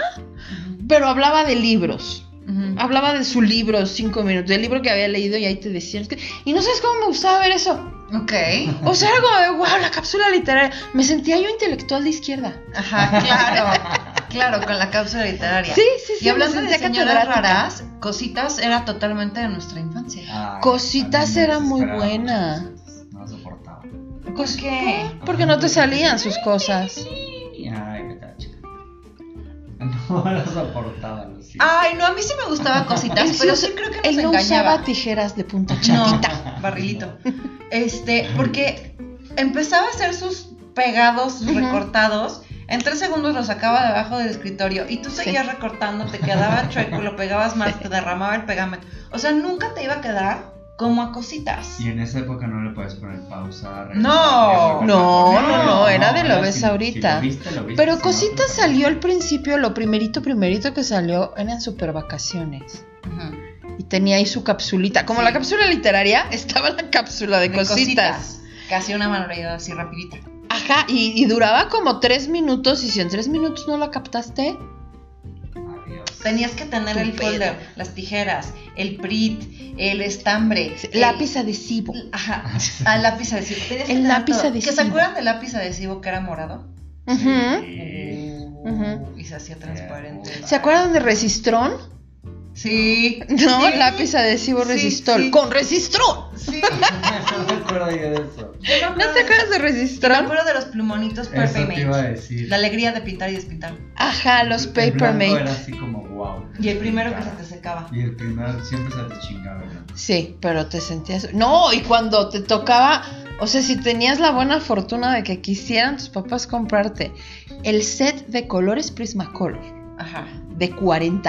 S3: pero hablaba de libros.
S1: Ujú.
S3: Hablaba de su libro, cinco minutos, del libro que había leído y ahí te decían. es que- Y no sabes cómo me gustaba ver eso.
S1: Ok.
S3: O sea, era como de, wow, la cápsula literaria. Me sentía yo intelectual de izquierda.
S1: Ajá, claro. claro, con la cápsula literaria.
S3: Sí, sí, sí.
S1: Y hablando
S3: me
S1: de
S3: sentía
S1: señoras
S3: catedrática.
S1: raras, cositas era totalmente de nuestra infancia.
S2: Ay,
S3: Cositas
S2: a mí me
S3: era muy
S2: desesperaba
S3: buena.
S2: mucho Cositas, No la soportaba.
S1: ¿Por qué?
S3: Ah, Porque no te salían sus cosas.
S2: Y, Ay, me cacho. No *laughs* la soportaba, lo siento.
S3: Ah.
S1: Ay, no, a mí sí me gustaba
S3: *laughs*
S1: cositas,
S3: Él sí
S1: pero
S3: usa-
S1: sí creo que nos
S3: Él no
S1: engañaba.
S3: usaba tijeras de punta
S1: No,
S3: chatita.
S1: barrilito. Este, porque empezaba a hacer sus pegados sus
S3: Ujú.
S1: recortados. En tres segundos lo sacaba debajo del escritorio y tú
S3: Sí.
S1: seguías recortando, te
S3: *laughs*
S1: quedaba chueco, lo pegabas más, te derramaba el pegamento. O sea, nunca te iba a quedar como a cositas.
S2: Y en esa época no le puedes poner pausa. regresar,
S1: No.
S2: regresar,
S3: No,
S2: regresar.
S3: no, no, era de lo
S2: ahora
S3: ves
S2: si-
S3: ahorita.
S2: si lo viste, lo viste, si
S3: Pero
S2: no,
S3: Cositas
S2: no.
S3: salió al principio, lo primerito, primerito que salió eran super vacaciones.
S1: Ujú.
S3: Y tenía ahí su capsulita. Como
S1: Sí.
S3: la cápsula literaria, *laughs* estaba la cápsula de,
S1: De
S3: cositas.
S1: Que hacía una manualidad así rapidita.
S3: Ajá, y, y duraba como tres minutos. Y si en tres minutos no la captaste,
S2: Adiós. *laughs*
S1: Tenías que tener
S3: Tu
S1: el
S3: pedo.
S1: folder, las tijeras, el prit, el estambre, el-
S3: lápiz adhesivo.
S1: Ajá, al lápiz adhesivo. Tenías que
S3: El
S1: tener
S3: lápiz
S1: todo. ¿Que se
S3: adhesivo.
S1: acuerdan del lápiz adhesivo que era morado?
S3: Ujú.
S2: Sí.
S3: Ujú.
S1: Y se hacía transparente.
S2: Eh,
S3: ¿Se acuerdan de Resistrón?
S1: Sí.
S3: *laughs* No,
S1: Sí.
S3: lápiz adhesivo
S1: Sí,
S3: resistol.
S1: sí.
S3: Con resistrón.
S1: Sí.
S2: No me acuerdo yo de
S3: *laughs*
S2: eso.
S1: Yo me
S3: ¿No te
S1: acuerdo de-
S3: acuerdas de
S1: Me
S3: resistrón?
S1: acuerdo de los plumonitos
S2: Eso
S1: Paper
S2: te iba a
S1: Mate.
S2: decir.
S1: La alegría de pintar y despintar.
S3: Ajá, los
S2: El
S3: paper
S2: blanco Era
S3: mates.
S2: así como wow.
S1: Y el primero que se te secaba.
S2: Y el primero siempre se te chingaba, ¿no?
S3: Sí, pero te sentías. No, y cuando te tocaba. O sea, si tenías la buena fortuna de que quisieran tus papás comprarte el set de colores Prismacolor
S1: Ajá.
S3: de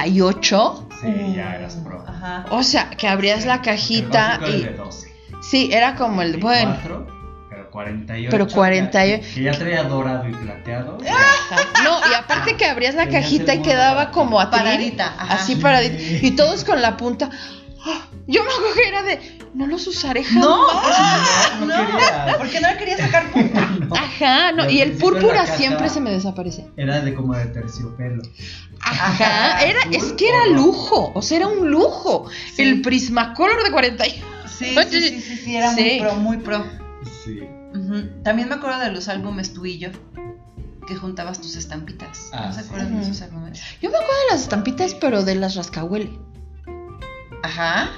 S3: 48,
S2: Sí, ya eras pro.
S1: Ajá.
S3: o sea, que abrías la
S2: El
S3: cajita
S2: básico era de
S3: y.
S2: 12.
S3: Sí, era como el. Bueno.
S2: 24, pero 48.
S3: Pero 48.
S2: Que, que ya traía dorado y plateado.
S1: ¡Ah!
S3: Ajá. No, y aparte que abrías la
S2: Tenías
S3: cajita
S2: el
S3: y
S2: mono
S3: quedaba
S2: para-
S3: como atril,
S1: Paradita, ajá.
S3: así paradita,
S2: Sí.
S3: y todos con la punta. ¡Ah! Yo me acuerdo que era de, no los usaré jamás.
S1: No,
S2: No,
S1: no,
S2: no quería.
S1: porque ¡Ah! no le quería
S3: *laughs*
S1: sacar punta.
S3: Ajá, no,
S2: Al
S3: y el
S2: principio la
S3: púrpura
S2: caja-
S3: siempre se me desaparecía.
S2: Era de como de terciopelo.
S3: Ajá, era,
S2: azul
S3: es que era
S2: o no.
S3: lujo, o sea, era un lujo.
S1: Sí.
S3: El Prismacolor de 40. y-
S1: Sí, sí, sí, sí, sí, era
S3: Sí.
S1: muy pro, muy pro.
S2: Sí.
S1: Ujú. También me acuerdo de los álbumes tú y yo, que juntabas tus estampitas.
S2: Ah,
S1: ¿No se
S2: sí.
S1: acuerdan de
S3: Ujú.
S1: esos álbumes?
S3: Yo me acuerdo de las estampitas, pero de las rascahuele,
S1: Ajá,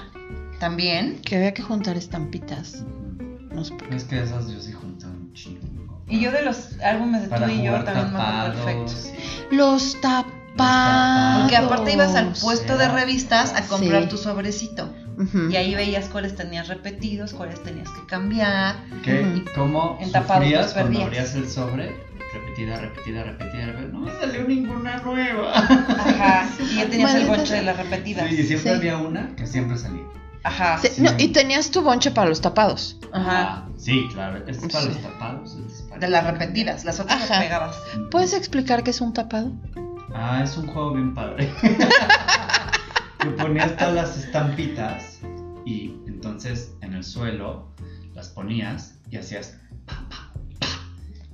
S1: también.
S3: que había que juntar estampitas.
S2: Ujú.
S3: No sé por qué.
S2: Es que esas yo sí juntaba un chingo.
S1: Y yo de los álbumes de
S2: Para
S1: tú y yo
S2: jugar
S1: también me acuerdo
S2: tapados.
S1: perfecto.
S3: Los tapados.
S1: Porque aparte ibas al
S2: Tapados.
S1: puesto de revistas a comprar
S3: Sí.
S1: tu sobrecito.
S3: Ujú.
S1: Y ahí veías cuáles tenías repetidos, cuáles tenías que cambiar.
S2: ¿Qué?
S3: Ujú.
S2: ¿Cómo
S1: En tapados
S2: sufrías
S1: los
S2: cuando
S1: perdías.
S2: abrías el sobre? Repetida, repetida, repetida, repetida. No me salió ninguna nueva.
S1: Ajá. Y ya tenías el
S3: Maldita
S1: bonche
S3: sea.
S1: de las repetidas.
S2: Sí, y siempre
S3: Sí.
S2: había una que siempre salía.
S1: Ajá.
S3: Sí,
S2: Sí.
S3: no, y tenías tu bonche para los tapados.
S1: Ajá.
S2: Ah, sí, claro. Este es para
S3: Sí.
S2: los tapados. este es para
S1: De
S2: los-
S1: las repetidas, Pues las otras
S3: Ajá.
S1: las pegabas.
S3: ¿Puedes explicar qué es un tapado?
S2: Ah, es un juego bien
S3: *laughs*
S2: padre. que ponías todas las estampitas y entonces en el suelo las ponías y hacías pa, pa, pa.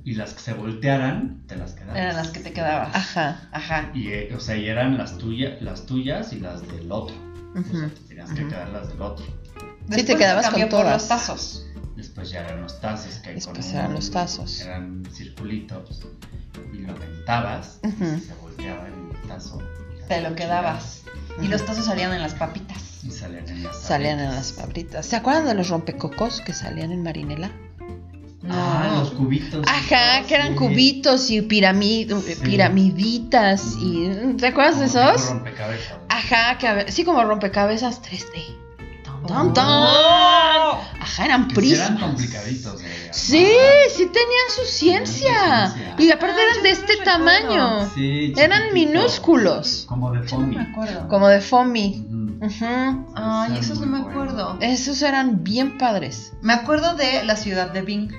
S2: y las que se voltearan te las quedabas.
S1: Eran las que te quedabas.
S3: Ajá.
S1: Ajá.
S2: Y eh, o sea, y eran las tuyas, las tuyas y las del otro. O sea,
S3: Ujú.
S2: te tenías que
S3: Ujú.
S2: quedar las del otro.
S3: te
S1: Después se
S3: quedabas con
S1: cambió por
S3: todas.
S1: los tazos.
S2: Después ya eran los tazos que
S3: Después
S2: un-
S3: eran los tazos.
S2: Eran circulitos y lo aventabas y
S3: Ujú.
S2: se volteaba el tazo.
S1: Te lo quedabas. Y los tazos salían en las papitas.
S2: Y salían en las
S3: Salían en las
S2: abritas.
S3: pabritas. ¿Se acuerdan de los rompecocos que salían en Marinela?
S2: Ah, los cubitos.
S3: Ajá, que eran cubitos y pirami-
S2: Sí.
S3: piramiditas y... ¿Te acuerdas de esos? Ah,
S2: Rompecabezas.
S3: Ajá, que a- sí, como rompecabezas 3D. Tan, tan, tan.
S1: ¡Oh!
S3: Ajá, eran
S2: Que sí eran
S3: prismas.
S2: complicaditos. de armar.
S3: Sí, sí tenían su
S2: Tenían
S3: ciencia.
S2: su ciencia.
S3: Y aparte
S1: Ah, yo
S3: eran de
S1: no
S3: este
S1: recuerdo.
S3: tamaño.
S2: Sí,
S3: Eran
S2: chiquititos.
S3: minúsculos.
S2: Como de
S1: Yo no
S2: foamy.
S1: me acuerdo.
S3: Como de foamy.
S2: Ujú.
S3: Ujú.
S1: Ay, esos no
S2: muy
S1: me acuerdo.
S3: Esos eran bien padres.
S1: Me acuerdo de la ciudad de Bing.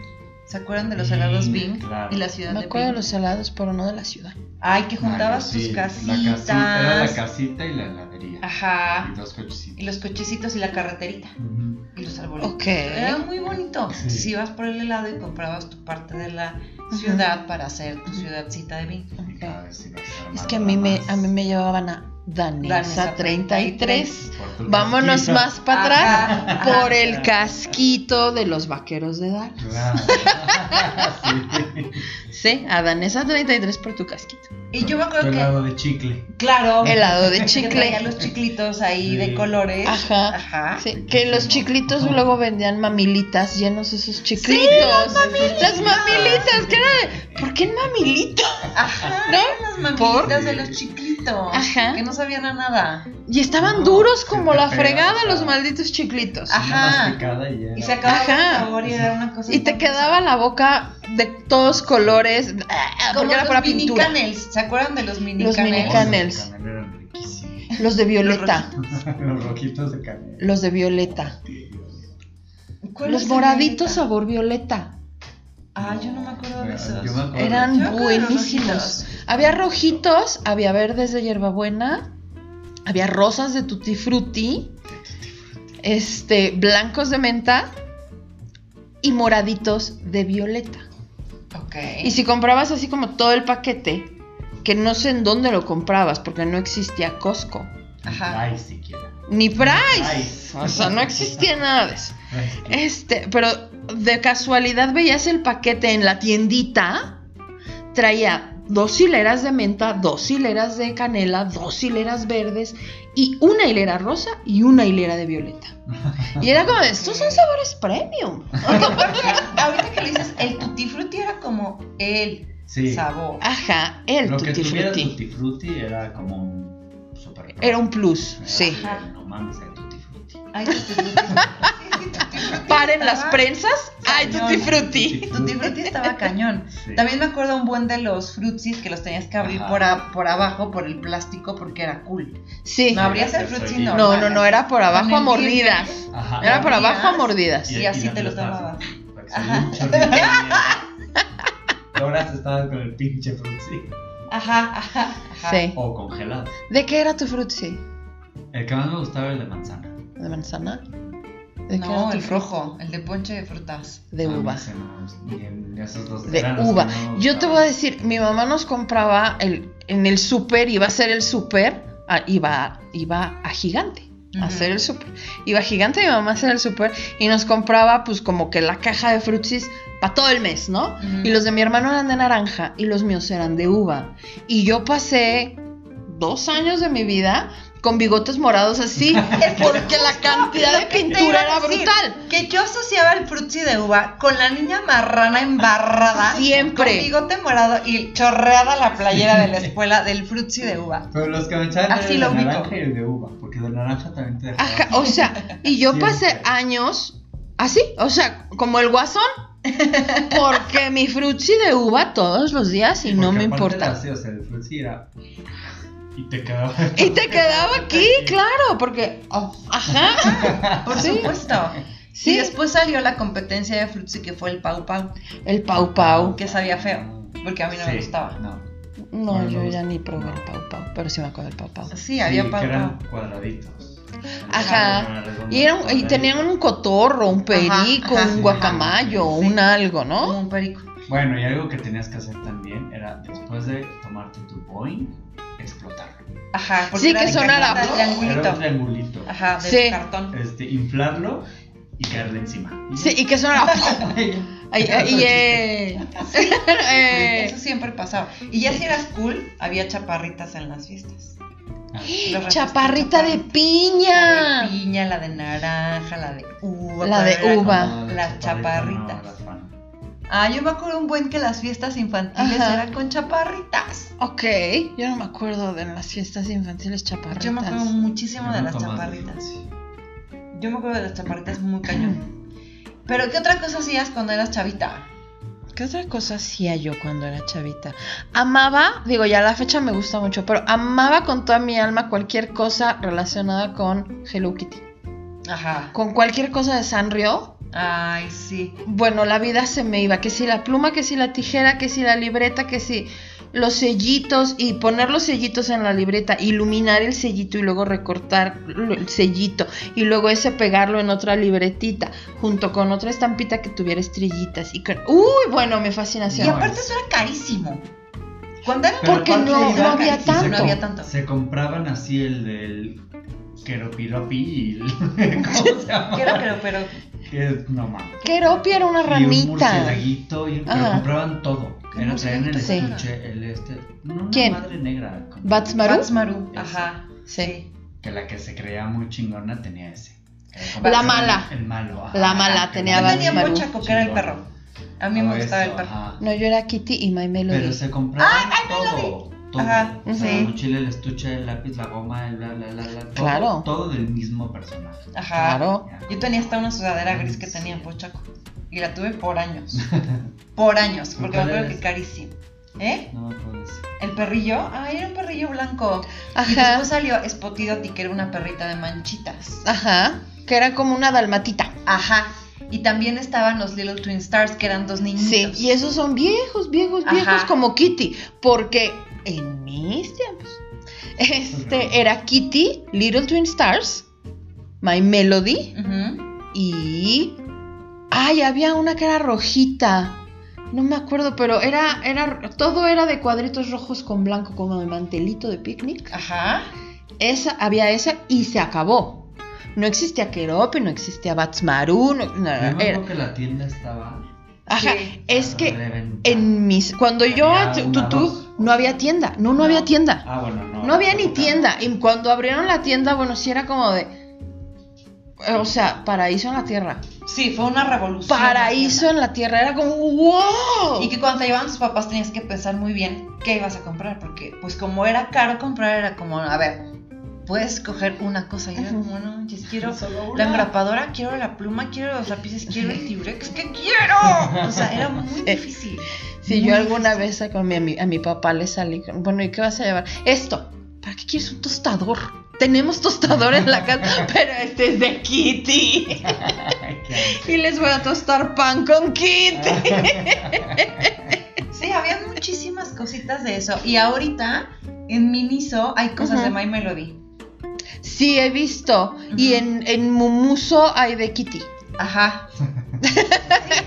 S1: ¿Se acuerdan de los
S2: Bing,
S1: helados Bing?
S2: claro.
S1: Y la ciudad
S3: Me
S1: de
S3: acuerdo de
S1: Bing.
S3: los helados, pero no de la ciudad.
S1: Ay, que juntabas
S2: Ah,
S1: tus
S2: sí,
S1: casitas.
S2: La casita, era la casita y la heladería.
S1: Ajá.
S2: Y dos cochecitos.
S1: Y los cochecitos y la carreterita.
S2: Ujú.
S1: Y los arbolitos.
S3: Ok.
S1: Era muy bonito.
S2: Sí.
S1: Si ibas por el helado y comprabas tu parte de la ciudad para hacer tu ciudadcita de Bing.
S2: Y cada vez ibas
S3: Es que a mí, me,
S2: armándola
S3: a mí
S2: más.
S3: me llevaban a Danesa
S1: Danesa
S3: 33.
S2: Por tu
S3: Vámonos
S2: casquito.
S3: más para atrás
S1: Ajá, ajá.
S3: por el casquito de los vaqueros de Dallas.
S2: Claro. *laughs* Sí.
S3: Sí, a Danesa 33 por tu casquito.
S1: Y yo me
S2: Tu
S1: acuerdo que,
S2: helado de chicle.
S1: claro,
S3: Helado de
S1: que traía
S3: chicle.
S1: los chiclitos ahí
S2: Sí.
S1: de colores.
S3: Ajá.
S1: Ajá.
S3: Sí, que los chiclitos luego vendían mamilitas llenos de esos chiclitos.
S2: las mamilitas.
S3: Las mamilitas, que era de. ¿Por qué mamilitas?
S1: Ajá.
S3: ¿No?
S1: Las
S3: ¿Por?
S1: mamilitas de los chiclitos.
S3: Ajá.
S1: Que no sabían a nada.
S3: Y estaban
S2: No,
S3: duros
S2: se
S3: como
S2: te
S3: la
S2: pega,
S3: fregada
S2: ajá.
S3: los malditos chiclitos.
S1: Ajá.
S2: Una masticada y ya.
S1: Y se acababa
S3: Ajá.
S1: el sabor y era una cosa.
S3: Y te quedaba la boca de todos colores. ah,
S1: Como
S3: Porque era para
S1: los mini
S3: pintura.
S1: canels. ¿Se acuerdan de los mini
S3: Los
S1: canels?
S3: mini canels.
S2: Los canel eran riquísimos.
S3: Los de violeta.
S2: *laughs* Los rojitos de canel.
S3: Los de violeta.
S1: ¿Cuál
S3: Los
S1: es el
S3: moraditos
S1: mini
S3: sabor violeta.
S1: Ah, yo no me acuerdo de esos.
S2: Yo me acuerdo.
S1: Yo
S3: Eran
S1: me acuerdo de los
S3: buenísimos.
S1: rojitos.
S3: Había rojitos, había verdes de hierbabuena, había rosas de tutti frutti, este, blancos de menta y moraditos de violeta.
S1: Ok.
S3: Y si comprabas así como todo el paquete, que no sé en dónde lo comprabas porque no existía Costco,
S1: Ajá.
S2: Ay, siquiera.
S3: ni Price.
S2: Price.
S3: O sea, no existía nada de eso.
S2: Ay,
S3: Este, pero de casualidad veías el paquete en la tiendita, traía dos hileras de menta, dos hileras de canela, dos hileras verdes y una hilera rosa y una hilera de violeta. Y era como, estos son sabores premium.
S1: Ahorita que le dices, el tutti frutti era como el
S2: Sí.
S1: sabor.
S3: Ajá, el
S2: Lo que
S3: tutti
S2: tuviera
S3: frutti.
S2: tutti frutti era como un super.
S3: Era un plus,
S2: Era
S3: sí.
S2: así de, No mames, el tutti frutti.
S1: Ay, tutti frutti. Sí, sí, tutti frutti
S3: Paren las
S1: estaba-
S3: prensas. Ay,
S1: Cañón.
S3: tutti frutti.
S1: Tutti frutti estaba cañón.
S2: Sí.
S1: También me acuerdo un buen de los frutsis que los tenías que abrir
S2: Ajá.
S1: por, a- por abajo, por el plástico, porque era cool.
S3: Sí.
S1: No abrías el
S2: Sí,
S1: frutsi
S2: sí.
S1: normal.
S3: No, no, no, era por abajo a
S1: Con el diente.
S3: mordidas.
S2: Ajá.
S3: Era por
S1: Mordidas.
S3: abajo a mordidas.
S1: Y así te lo tomabas. Ajá.
S2: Y ahora estabas con el pinche frutzi.
S1: Ajá, ajá, ajá.
S3: Sí.
S2: O congelado.
S3: ¿De qué era tu frutsi?
S2: El que más me gustaba era el de manzana.
S3: ¿De manzana? ¿De qué era
S1: No,
S3: tu
S1: el
S3: frutsi?
S1: rojo, el de ponche de frutas.
S3: De
S2: A mí
S3: uva.
S2: ese Ah, no me gustó. Y en esos dos
S3: De
S2: eran los que
S3: uva.
S2: no me
S3: Yo te voy
S2: gustaban.
S3: a decir, mi mamá nos compraba el, en el súper, iba a ser el súper, ah, iba, iba a gigante. A
S1: Ujú.
S3: hacer el súper. Iba a gigante mi mamá a hacer el súper y nos compraba, pues, como que la caja de frutsis para todo el mes, ¿no?
S1: Ujú.
S3: Y los de mi hermano eran de naranja y los míos eran de uva. Y yo pasé dos años de mi vida con bigotes morados así, porque la cantidad de
S1: lo que te iba
S3: pintura
S1: a
S3: era
S1: decir.
S3: brutal.
S1: Que yo asociaba el frutsi de uva con la niña marrana embarrada.
S3: *laughs* Siempre.
S1: Con bigote morado y chorreada la playera
S3: *laughs*
S1: de la escuela del frutsi de uva.
S2: Pero los que me echaban
S1: Así
S2: era
S1: lo
S2: el de
S1: ubico.
S2: naranja y el de uva. Porque de naranja también te dejaba.
S3: Ajá, o sea, y yo
S2: Siempre.
S3: pasé años así, o sea, como el guasón, porque mi frutsi de uva todos los días y no
S2: Porque
S3: me
S2: aparte
S3: importa.
S2: era así, o sea, el frutzi era. Y te quedaba.
S3: Y te quedaba aquí, claro, porque, oh, ajá,
S1: Por
S3: Sí.
S1: supuesto.
S3: Sí.
S1: Y después salió la competencia de frutsi que fue el pau pau,
S3: el pau pau.
S1: que sabía feo. Porque a mí no me
S2: Sí,
S1: gustaba.
S2: No.
S3: No,
S2: No,
S3: yo
S2: no.
S3: ya ni probé el pau pau, pero sí me acuerdo del pau pau.
S1: Sí, había
S2: Sí,
S1: pau
S2: que eran
S1: pau.
S2: cuadraditos.
S3: Ajá.
S2: Eran redondos,
S3: Y, era un- y
S2: cuadraditos.
S3: tenían un cotorro, un perico,
S1: ajá,
S3: un
S2: sí,
S3: guacamayo,
S1: sí.
S3: un algo,
S1: Como
S3: ¿no?
S1: un perico.
S2: Bueno, y algo que tenías que hacer también era después de tomarte tu Boeing, explotarlo.
S1: Ajá. porque
S3: Sí,
S1: era
S3: que
S1: de
S3: sonara.
S1: cartón,
S2: Era un
S1: triangulito.
S2: triangulito.
S1: Ajá, de
S3: Sí.
S1: cartón.
S2: Este, inflarlo y caerle encima.
S3: Sí, y
S1: *laughs*
S3: que sonaba.
S2: *laughs*
S3: Ay, ay, y, eh, *laughs* eh,
S1: Eso siempre pasaba. Y ya si eras cool, había chaparritas en las fiestas. Los refrescos chaparritos.
S3: chaparrita de
S1: La de
S3: piña.
S1: piña, la de naranja, la de uva.
S3: La de
S1: pero era
S3: uva.
S1: como Las chaparritas. Ah, yo me acuerdo un buen que las fiestas infantiles
S3: Ajá.
S1: eran con chaparritas.
S3: Ok, yo no me acuerdo de las fiestas infantiles chaparritas.
S1: Yo me acuerdo muchísimo de las chaparritas. Yo me acuerdo de las chaparritas muy cañón. Pero, ¿qué otra cosa hacías cuando eras chavita?
S3: ¿Qué otra cosa hacía yo cuando era chavita? Amaba, digo, ya la fecha me gusta mucho, pero amaba con toda mi alma cualquier cosa relacionada con Hello Kitty.
S1: Ajá.
S3: Con cualquier cosa de Sanrio,
S1: Ay, sí.
S3: bueno, la vida se me iba, que si la pluma, que si la tijera, que si la libreta, que si los sellitos y poner los sellitos en la libreta, iluminar el sellito y luego recortar lo- el sellito y luego ese pegarlo en otra libretita junto con otra estampita que tuviera estrellitas y que- uy, bueno, mi
S1: Y
S3: fascinación.
S2: No,
S1: aparte
S2: es-
S1: eso era carísimo. Cuando eran
S2: Pero
S3: Porque
S2: aparte
S3: no-
S2: iban
S3: no había
S2: y se-
S3: tanto.
S1: No había tanto.
S2: Se compraban así el del queropiropi y el-
S1: *laughs*
S2: *laughs* ¿Cómo se llama?
S1: Quiero, pero, pero.
S2: Que es- no mames.
S3: Queropi era una
S2: Y un
S3: ranita.
S2: murcielaguito y pero
S3: Ajá.
S2: compraban todo.
S1: ¿Qué
S2: Era traían el
S3: murcielaguito? Sí.
S2: estuche, el este. no, una
S3: ¿Quién?
S2: madre negra. como-
S3: Batsmaru.
S1: Maru.
S2: Ese.
S1: Ajá.
S3: Este, Sí.
S2: Que la que se creía muy chingona tenía ese. Que era como que
S3: La
S2: era
S3: mala.
S2: El, el malo. ajá,
S3: La mala
S2: que
S3: tenía
S1: Yo
S2: era
S1: tenía
S3: Maru.
S1: mucha coquera el
S2: chingón.
S1: perro. A mí
S2: Todo
S1: me gustaba
S2: Oh, eso,
S1: el perro.
S2: ajá.
S3: No, yo era Kitty y My Melody.
S2: Pero se compraban todo. Todo.
S1: Ajá,
S2: o sea,
S3: sí.
S2: la mochila, el estuche, el lápiz, la goma, el bla, bla, bla, bla. Todo,
S3: Claro.
S2: Todo del mismo personaje.
S1: Ajá.
S3: Claro.
S1: Yo tenía hasta una sudadera gris que tenía en Pochaco. Y la tuve por años. Por
S2: *laughs*
S1: años. Porque me
S2: ¿Cuál
S1: acuerdo
S2: eres?
S1: que carísimo. ¿Eh?
S2: No me puedo decir.
S1: El perrillo. Ah, era un perrillo blanco. Y
S3: Ajá.
S1: después salió Spotidoti, que era una perrita de manchitas.
S3: Ajá. Que era como una dalmatita.
S1: Ajá. Y también estaban los Little Twin Stars, que eran dos niñitos.
S3: Sí, y esos son viejos, viejos,
S1: Ajá.
S3: viejos como Kitty, porque en mis tiempos, este era Kitty, Little Twin Stars, My Melody
S1: Ujú.
S3: y ay, había una que era rojita. No me acuerdo, pero era era todo era de cuadritos rojos con blanco como de mantelito de picnic.
S1: Ajá.
S3: Esa había esa y se acabó. No existía Kerope, no existía Batsmaru, no, no,
S2: Yo me
S3: Ah, era-
S2: acuerdo que la tienda estaba.
S3: ajá,
S1: Sí. Ah,
S3: es que
S2: reventada.
S3: en mis cuando yo
S2: Había
S3: tú,
S2: una,
S3: tú-
S2: dos.
S3: no había tienda no no
S1: No.
S3: había tienda
S2: Ah, bueno, no.
S3: no había ni
S2: tampoco.
S3: tienda y cuando abrieron la tienda bueno sí era como de eh, o sea paraíso en la tierra
S1: Sí, fue una revolución.
S3: paraíso en la tierra era como wow
S1: Y que cuando te llevaban tus papás tenías que pensar muy bien qué ibas a comprar, porque pues como era caro comprar, era como, a ver, puedes coger una cosa y era
S3: Ujú.
S1: como, no, manches, quiero
S2: Solo una.
S1: la engrapadora, quiero la pluma, quiero los lápices, quiero el tiburex, ¿qué quiero? O sea, era muy difícil.
S3: si Eh, yo alguna vez con mi, a, mi, a mi papá le salí con, bueno y qué vas a llevar esto para qué quieres un tostador tenemos tostador en la casa pero este es de Kitty
S2: *laughs* Ay, qué
S3: *laughs*
S2: asco.
S3: y les voy a tostar pan con Kitty
S1: Sí, había muchísimas cositas de eso. Y ahorita en Miniso hay cosas
S3: Ujú.
S1: de My Melody.
S3: Sí, he visto. Y en, en Mumuso hay de Kitty.
S1: Ajá.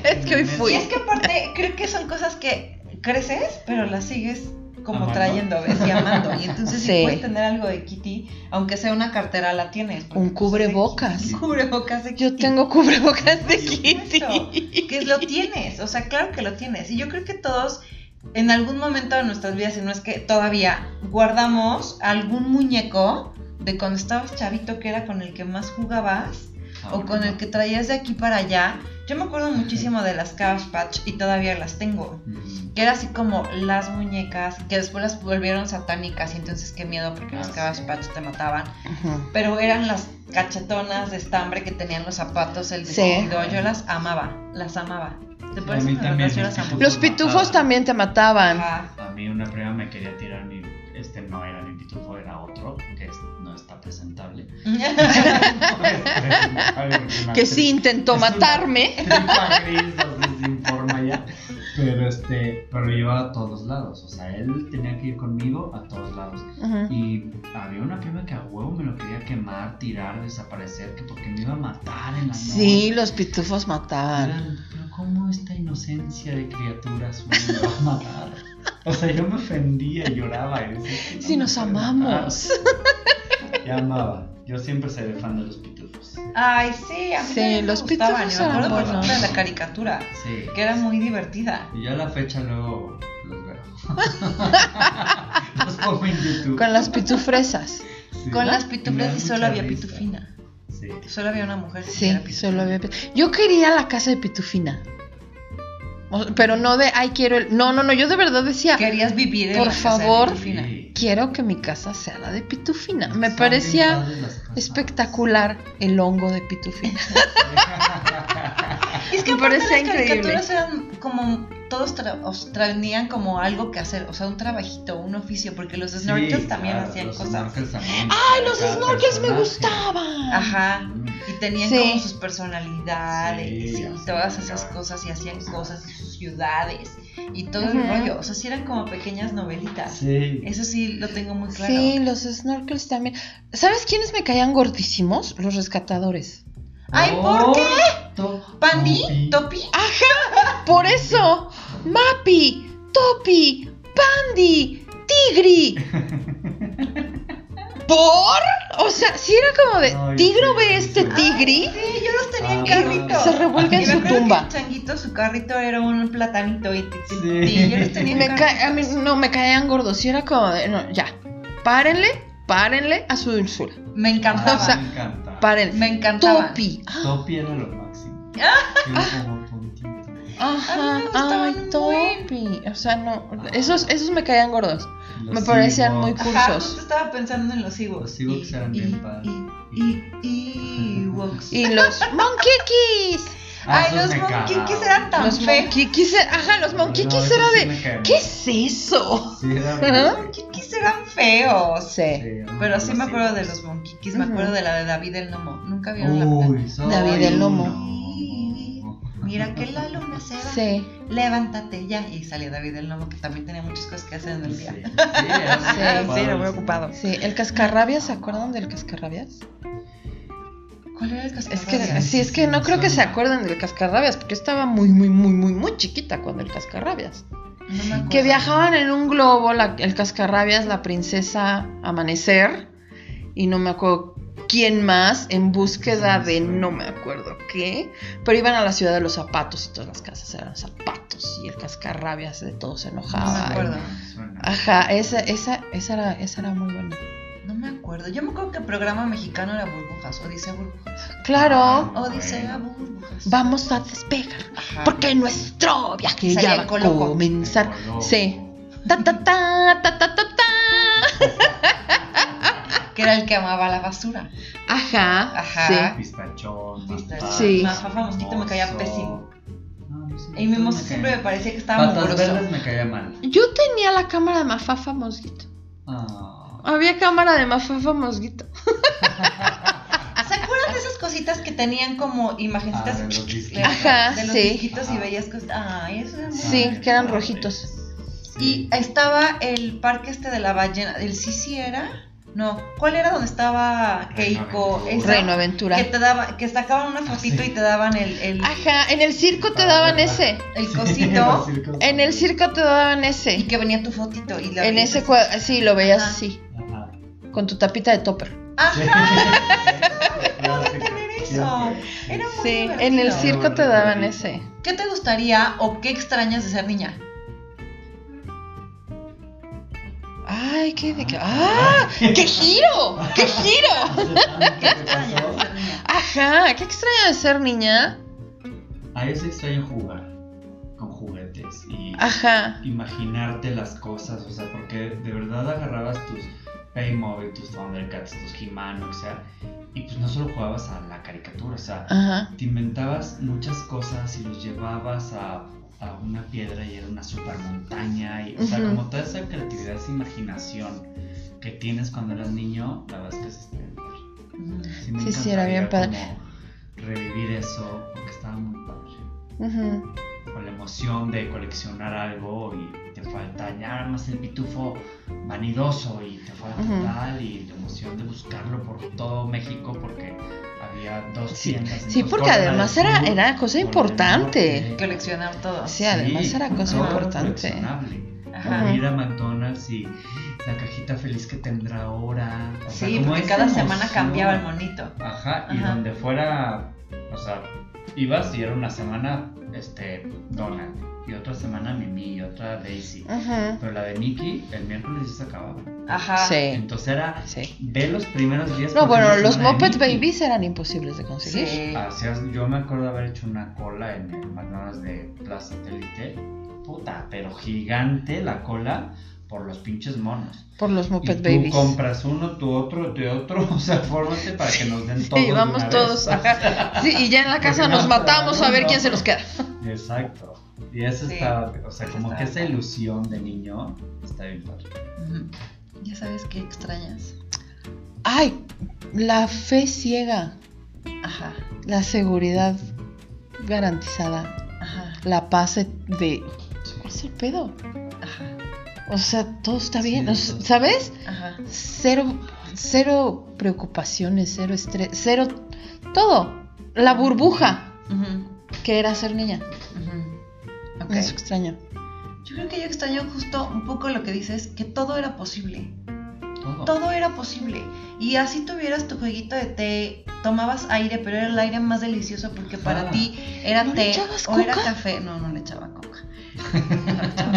S3: Es que hoy fui.
S1: Y
S2: *laughs*
S1: es que aparte, creo que son cosas que creces, pero las sigues como
S2: Amando.
S1: trayendo, ¿ves? Y amando. Y entonces
S3: Sí.
S1: si puedes tener algo de Kitty, aunque sea una cartera, la tienes. porque,
S3: Un
S1: pues,
S3: cubrebocas.
S1: es de Kitty. Un cubrebocas de Kitty.
S3: Yo tengo cubrebocas de
S1: Eso,
S3: Kitty.
S1: que lo tienes, o sea, claro que lo tienes. Y yo creo que todos, en algún momento de nuestras vidas, si no es que todavía, guardamos algún muñeco de cuando estabas chavito, que era con el que más jugabas
S2: Ah,
S1: o
S2: bueno,
S1: con
S2: no.
S1: el que traías de aquí para allá. Yo me acuerdo muchísimo de las Cabbage Patch y todavía las tengo.
S2: Mm,
S1: Que era así como las muñecas, que después las volvieron satánicas y entonces qué miedo porque
S2: Ah,
S1: las
S2: sí.
S1: Cabbage Patch te mataban. Pero eran las cachetonas de estambre que tenían los zapatos, el
S3: Sí.
S1: vestido. Yo las amaba, las amaba. ¿Te
S2: Sí,
S1: parece
S2: a mí
S1: que de
S2: también, este,
S1: verdad yo las
S2: los
S1: amaba?
S3: Los pitufos también te mataban.
S1: Ajá.
S2: A mí una prima me quería tirar mi. Este no era mi pitufo, era otro, que es- no está
S3: *laughs*
S2: presentable. *laughs*
S3: Ah.
S2: No es presentable, es una
S3: Que sí
S2: tri-
S3: intentó
S2: Es una-
S3: matarme.
S2: Tripa gris, o sea, sin forma ya. Pero este, pero lo llevaba a todos lados. O sea, él tenía que ir conmigo a todos lados.
S3: Ujú.
S2: Y había una prima que a huevo me lo quería quemar, tirar, desaparecer, que porque me iba a matar en la
S3: Sí,
S2: noche.
S3: los pitufos mataban.
S2: Eran, Pero cómo esta inocencia de criaturas me va a matar. O sea, yo me ofendía y lloraba. y decía, "Es que no
S3: Si
S2: me
S3: nos
S2: puede
S3: amamos.
S2: matar". Ya amaba. Yo siempre seré fan de los pitufos.
S1: *laughs* Ay, sí, a mí
S3: Sí,
S1: también me
S3: los
S1: gustaban,
S3: pitufos
S1: y Me
S3: eran
S1: acuerdo por ejemplo de
S2: buenos.
S1: la caricatura,
S2: Sí.
S1: que era muy divertida.
S2: Y yo a la fecha luego los
S1: *laughs*
S2: veo. los pongo en YouTube.
S3: Con las pitufresas.
S2: Sí.
S1: Con las
S2: Me da
S1: pituflas y
S2: mucha
S1: solo había
S2: risa.
S1: pitufina.
S2: Sí.
S1: Solo había una mujer. que
S3: Sí,
S1: era pitufina.
S3: solo había pit- Yo quería la casa de pitufina. O- Pero no de, ay, quiero el. No, no, no, yo de verdad decía,
S1: Querías vivir en
S3: Por
S1: la casa de
S3: favor.
S1: pitufina.
S2: Sí.
S3: quiero que mi casa sea la de pitufina. Me
S2: Están
S3: parecía.
S2: bien padres las casas.
S3: Espectacular el hongo de pitufina.
S1: Y es que
S3: Me
S1: aparte
S3: parecía
S1: las
S3: increíble.
S1: caricaturas eran como todos tra- os traían como algo que hacer, o sea, un trabajito, un oficio, porque los
S2: Sí,
S1: snorkels también
S2: claro,
S1: hacían
S2: los
S1: cosas.
S2: snorkels también.
S3: ¡Ay, los
S2: Cada
S3: snorkels me
S2: personaje.
S3: gustaban!
S1: Ajá.
S2: Mm.
S1: Y tenían
S3: Sí.
S1: como sus personalidades
S2: Sí,
S1: y
S2: hacían
S1: todas esas
S2: cada
S1: cosas y hacían
S2: cosa.
S1: cosas y sus ciudades y todo el
S3: Ujú.
S1: rollo. O sea, sí eran como pequeñas novelitas.
S2: Sí.
S1: Eso sí lo tengo muy claro.
S3: Sí, los snorkels también. ¿Sabes quiénes me caían gordísimos? Los rescatadores.
S1: Ay, ¿por qué?
S2: To-
S1: Pandy,
S2: Topi.
S1: Topi.
S2: Ah,
S3: Por eso, Mapi, Topi, Pandi,
S2: *laughs*
S3: Tigri. ¿Por? O sea, si era como de,
S2: Ay,
S3: ¿Tigro
S2: sí,
S3: ve
S2: sí,
S3: este
S2: sí.
S3: tigri?
S1: Sí, yo los tenía en
S2: Ah,
S1: carrito.
S3: se revuelca en
S1: Y me
S3: su
S1: acuerdo que
S3: tumba.
S1: El changuito, su carrito era un platanito y, y-
S2: Sí.
S1: y yo los tenía
S3: Y
S1: en
S3: me cae, a mí
S1: carritos.
S3: no, me caían gordos. Si era como de, no, ya. Párenle, párenle a su dulzura.
S1: Me
S2: Ah,
S1: encantaba.
S3: O sea,
S2: me encanta.
S3: Párenle.
S1: me encantaba.
S3: Topi. Ah,
S2: Topi era
S1: *laughs*
S2: lo máximo. Era como tontito.
S1: A mí
S3: Ajá.
S1: me gustaban
S3: Ay,
S1: un
S3: Topi. O sea, no. Esos, esos me caían gordos.
S2: Los
S3: Me parecían muy
S2: Ewoks.
S1: Ajá,
S3: cursos.
S1: justo estaba pensando en los Ewoks.
S2: Los Ewoks eran bien padres.
S1: Y, y, Ewoks.
S3: Y los monkikis.
S2: Ah,
S1: Ay,
S2: esos
S1: los
S2: me
S1: Monkikis
S2: cagaban.
S1: eran tan
S3: Los
S1: feos.
S3: monkikis. Ajá, los
S2: No,
S3: monkikis
S2: esos
S3: era
S2: sí
S3: de.
S2: me caían.
S3: ¿Qué es eso?
S2: Sí, era
S1: Los
S2: horrible.
S1: Monkikis eran feos.
S3: Sí.
S2: Sí,
S1: Pero sí me acuerdo de
S2: Ewoks.
S1: los Monkikis. Me
S3: Ujú.
S1: acuerdo de la de David el Nomo. Nunca vieron la película.
S2: Uy, soy
S3: David el Lomo.
S2: uno.
S1: Mira que la luna se va.
S3: Sí.
S1: Levántate ya. Y salió David el Nomo, que también tenía muchas cosas que hacer en el
S2: Sí,
S1: día. Ah,
S2: era
S3: Sí,
S2: muy
S1: sí, era
S2: ocupado,
S1: muy
S2: sí.
S1: ocupado.
S3: Sí, el cascarrabias, ¿se acuerdan del cascarrabias?
S1: ¿Cuál era el caso?
S3: Es que
S2: Cascarrabias.
S3: sí, es que no creo que se acuerden del cascarrabias, porque yo estaba muy, muy, muy, muy, muy chiquita cuando el cascarrabias.
S1: No me acuerdo.
S3: Que viajaban en un globo, la- el cascarrabias, la princesa Amanecer, y no me acuerdo quién más, en búsqueda de no me acuerdo qué, pero iban a la ciudad de los zapatos y todas las casas eran zapatos, y el cascarrabias de todos se
S1: No me
S3: enojaba.
S1: acuerdo.
S2: Suena.
S3: Ajá, esa, esa, esa era, esa era muy buena.
S1: No me acuerdo. Yo me acuerdo que el programa mexicano era Burbujas. O dice Burbujas.
S3: Claro,
S1: O dice Burbujas.
S3: vamos a despejar.
S1: Ajá.
S3: Porque nuestro viaje
S1: Salía
S3: ya
S1: el
S3: va a
S1: Coloco.
S3: comenzar.
S2: El Coloco.
S3: Sí. Ta, ta, ta, ta, ta, ta, ta.
S1: Que era el que amaba la basura.
S3: Ajá.
S1: Ajá.
S2: Pistachón.
S1: Pistachón.
S2: Mafalda,
S3: Sí.
S1: Mafalda Mosquito me caía
S2: Mimoso.
S1: pésimo.
S2: No, no sé,
S1: Y mi
S2: no
S1: mozo
S2: me
S1: siempre
S2: caía.
S1: me parecía que estaba
S2: Patas verdes
S1: mugroso.
S2: me caía mal.
S3: sí. Yo tenía la cámara de Mafafa Mosquito.
S2: Ah,
S3: Había cámara de Mafafa Mosquito.
S1: Ah, ¿Se acuerdan de esas cositas que tenían como
S2: ah,
S1: imagencitas
S2: de los disquitos.
S3: Ajá.
S1: de los
S3: sí.
S1: disquitos y
S2: Ajá.
S1: veías cosas? Ay, eso era muy
S3: Sí,
S2: Ay,
S3: que eran
S2: padres.
S3: rojitos.
S1: Y
S2: Sí.
S1: estaba el parque este de la ballena, el Sisi era, no, ¿cuál era donde estaba
S2: Reino
S1: Keiko?
S2: Aventura.
S1: Esa,
S3: Reino Aventura. Ah,
S1: que te daba, que sacaban una fotito
S2: sí.
S1: y te daban el, el,
S3: Ajá, en el circo te daban
S2: Ah,
S3: ese.
S1: el
S2: Sí, *laughs*
S1: cosito
S2: los circos.
S3: En el circo te daban
S1: y
S3: ese.
S1: que venía tu fotito y la
S3: En
S1: abrías
S3: ese
S1: así.
S3: cuadro, sí, lo veías
S1: Ajá.
S3: así,
S2: Ajá.
S3: con tu tapita de topper.
S1: Ajá,
S2: Acabo
S1: de tener eso. Era muy
S3: Sí,
S1: divertido.
S3: en el circo te daban ese.
S1: ¿Qué te gustaría o qué extrañas de ser niña?
S3: Ay, qué de ¡Ah! ¡Qué giro! ¡Qué giro!
S1: ¿Qué extrañas de ser niña?
S3: Ajá, qué extraño de ser niña.
S2: A veces extraño jugar con juguetes y
S3: Ajá.
S2: imaginarte las cosas, o sea, porque de verdad agarrabas tus Playmobil, tus Thundercats, tus He-Man, o sea, y pues no solo jugabas a la caricatura, o sea,
S3: Ajá.
S2: te inventabas muchas cosas y los llevabas a, a una piedra y era una super montaña. Y, o sea,
S3: Ujú.
S2: como toda esa creatividad, esa imaginación que tienes cuando eras niño, la verdad es que se
S1: Mm.
S2: Sí, me
S3: Sí, sí, era bien
S2: encantaría como Revivir eso, porque estaba muy padre.
S3: ujú.
S2: Con la emoción de coleccionar algo y te falta ya más el pitufo vanidoso y te falta
S3: Ujú.
S2: tal y la emoción de buscarlo por todo México porque había dos
S3: Sí,
S2: tiendas.
S3: Sí,
S2: entonces,
S3: porque
S2: corre la del
S3: además era,
S2: sur,
S3: era cosa
S2: corre la del
S3: importante.
S2: norte.
S1: Coleccionar todo.
S3: Sí, además era cosa
S2: todo
S3: importante.
S2: coleccionable.
S1: Ajá.
S2: La vida McDonald's y la cajita feliz que tendrá ahora. O sea,
S1: Sí,
S2: como
S1: porque
S2: esa
S1: cada semana
S2: emoción.
S1: cambiaba el monito.
S2: Ajá, y
S1: Ajá.
S2: donde fuera, o sea, ibas y era una semana, este, Donald, y otra semana Mimi, y otra Daisy.
S3: Ujú.
S2: Pero la de Mickey, el miércoles ya se acababa.
S1: Ajá.
S3: Sí,
S2: Entonces era
S3: sí.
S2: de los primeros días.
S3: No,
S2: porque era
S3: bueno,
S2: la
S3: los
S2: semana de
S3: Muppet
S2: Mickey.
S3: Babies eran imposibles de conseguir.
S1: Sí.
S2: Hacías- yo me acuerdo haber hecho una cola en el McDonald's de Plaza Satélite. Puta, pero gigante la cola por los pinches monos.
S3: Por los
S2: Y
S3: Muppet
S2: tú
S3: Babies.
S2: compras uno, tú otro, tú otro. *laughs* O sea, fórmate para que nos den todos.
S3: Sí,
S2: de
S3: vamos
S2: una
S3: todos.
S2: vez. *laughs*
S3: Ajá. Sí, y ya en la casa
S2: Porque
S3: nos
S2: no,
S3: matamos
S2: no,
S3: a ver
S2: no.
S3: quién se los queda.
S2: Exacto. Y eso
S1: Sí.
S2: está, o sea,
S1: Eso
S2: como
S1: está
S2: que esa
S1: padre.
S2: ilusión de niño está bien padre.
S1: Ujú. Ya sabes qué extrañas.
S3: Ay, la fe ciega,
S1: Ajá.
S3: la seguridad garantizada,
S1: Ajá.
S3: la paz e- de... ¿Cuál es el pedo?
S1: Ajá.
S3: O sea, todo está bien,
S2: Sí,
S3: o sea,
S2: todo.
S3: ¿sabes?
S1: Ajá.
S3: cero, cero preocupaciones, cero estrés, cero todo. La burbuja
S1: Ujú.
S3: que era ser niña.
S1: Ujú. Ok.
S3: Eso extraño.
S1: Yo creo que yo extraño justo un poco lo que dices, que todo era posible.
S2: Todo.
S1: Todo era posible. Y así tuvieras tu jueguito de té, tomabas aire, pero era el aire más delicioso porque para
S2: Ajá.
S1: ti era
S3: ¿No le
S1: té
S3: echabas
S1: o era
S3: coca?
S1: café. No, no le echaba coca.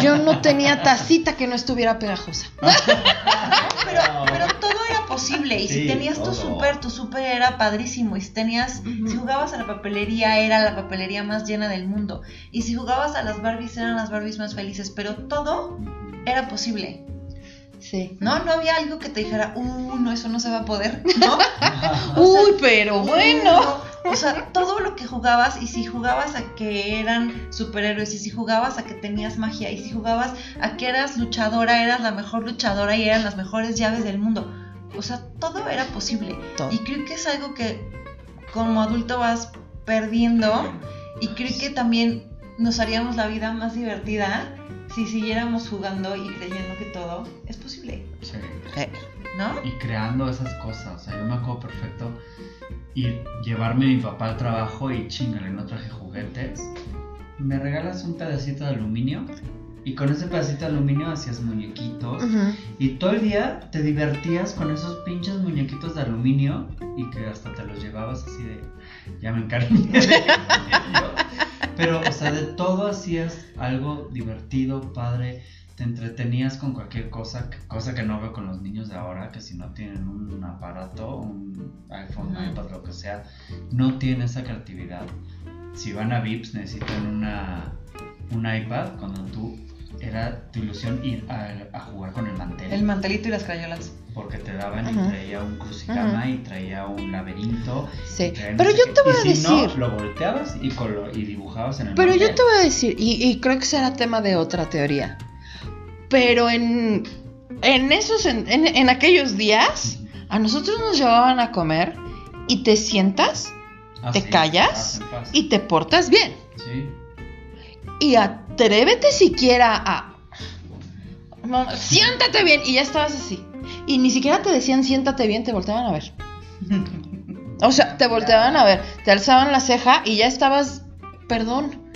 S3: Yo no tenía tacita que no estuviera pegajosa.
S1: Pero, pero todo era posible. Y si
S2: Sí,
S1: tenías tu
S2: todo.
S1: super, tu super era padrísimo. Y si tenías,
S3: Ujú.
S1: si jugabas a la papelería, era la papelería más llena del mundo. Y si jugabas a las Barbies, eran las Barbies más felices. Pero todo era posible.
S3: Sí.
S1: No, no había algo que te dijera, uh, no, eso no se va a poder.
S3: *laughs*
S1: No.
S3: Uy, pero bueno.
S1: O sea, todo lo que jugabas, y si jugabas a que eran superhéroes, y si jugabas a que tenías magia, y si jugabas a que eras luchadora, eras la mejor luchadora y eran las mejores llaves del mundo. O sea, todo era posible. Y creo que es algo que como adulto vas perdiendo. Y creo que también nos haríamos la vida más divertida si siguiéramos jugando y creyendo que todo es posible,
S2: *laughs* Sí.
S1: ¿no?
S2: Y creando esas cosas. O sea, yo me acuerdo perfecto ir llevarme a mi papá al trabajo y chingale, no traje juguetes. Me regalas un pedacito de aluminio. Y con ese pedacito de aluminio hacías muñequitos.
S3: Ujú.
S2: Y todo el día te divertías con esos pinches muñequitos de aluminio y que hasta te los llevabas así de, ya me encariñé. de ellos". Pero, o sea, de todo hacías algo divertido, padre. Te entretenías con cualquier cosa, que- cosa que no veo con los niños de ahora, que si no tienen un aparato, un iPhone,
S1: Ujú.
S2: iPad, lo que sea, no tienen esa creatividad. Si van a VIPs necesitan una, un iPad cuando tú era tu ilusión ir a, a jugar con el mantel
S1: El mantelito y las crayolas.
S2: porque te daban
S3: Ajá.
S2: y traía un crucigrama y traía un laberinto. y
S3: Sí.
S2: traía no
S3: Pero
S2: sé
S3: yo
S2: qué.
S3: te voy
S2: Y
S3: a
S2: si no,
S3: decir.
S2: lo volteabas y, colo- y dibujabas en el
S3: Pero yo
S2: mantel.
S3: te voy a decir, y, y creo que será tema de otra teoría, pero en, en esos, en, en- en aquellos días,
S2: Mm.
S3: a nosotros nos llevaban a comer y te sientas
S2: Ah,
S3: te
S2: sí,
S3: callas
S2: en paz, en
S3: y te portas bien.
S2: paz. Sí.
S3: Y atrévete siquiera a... "Mamá, Siéntate bien. Y ya estabas así. Y ni siquiera te decían siéntate bien, te volteaban a ver. O sea, te volteaban a ver, te alzaban la ceja y ya estabas, perdón,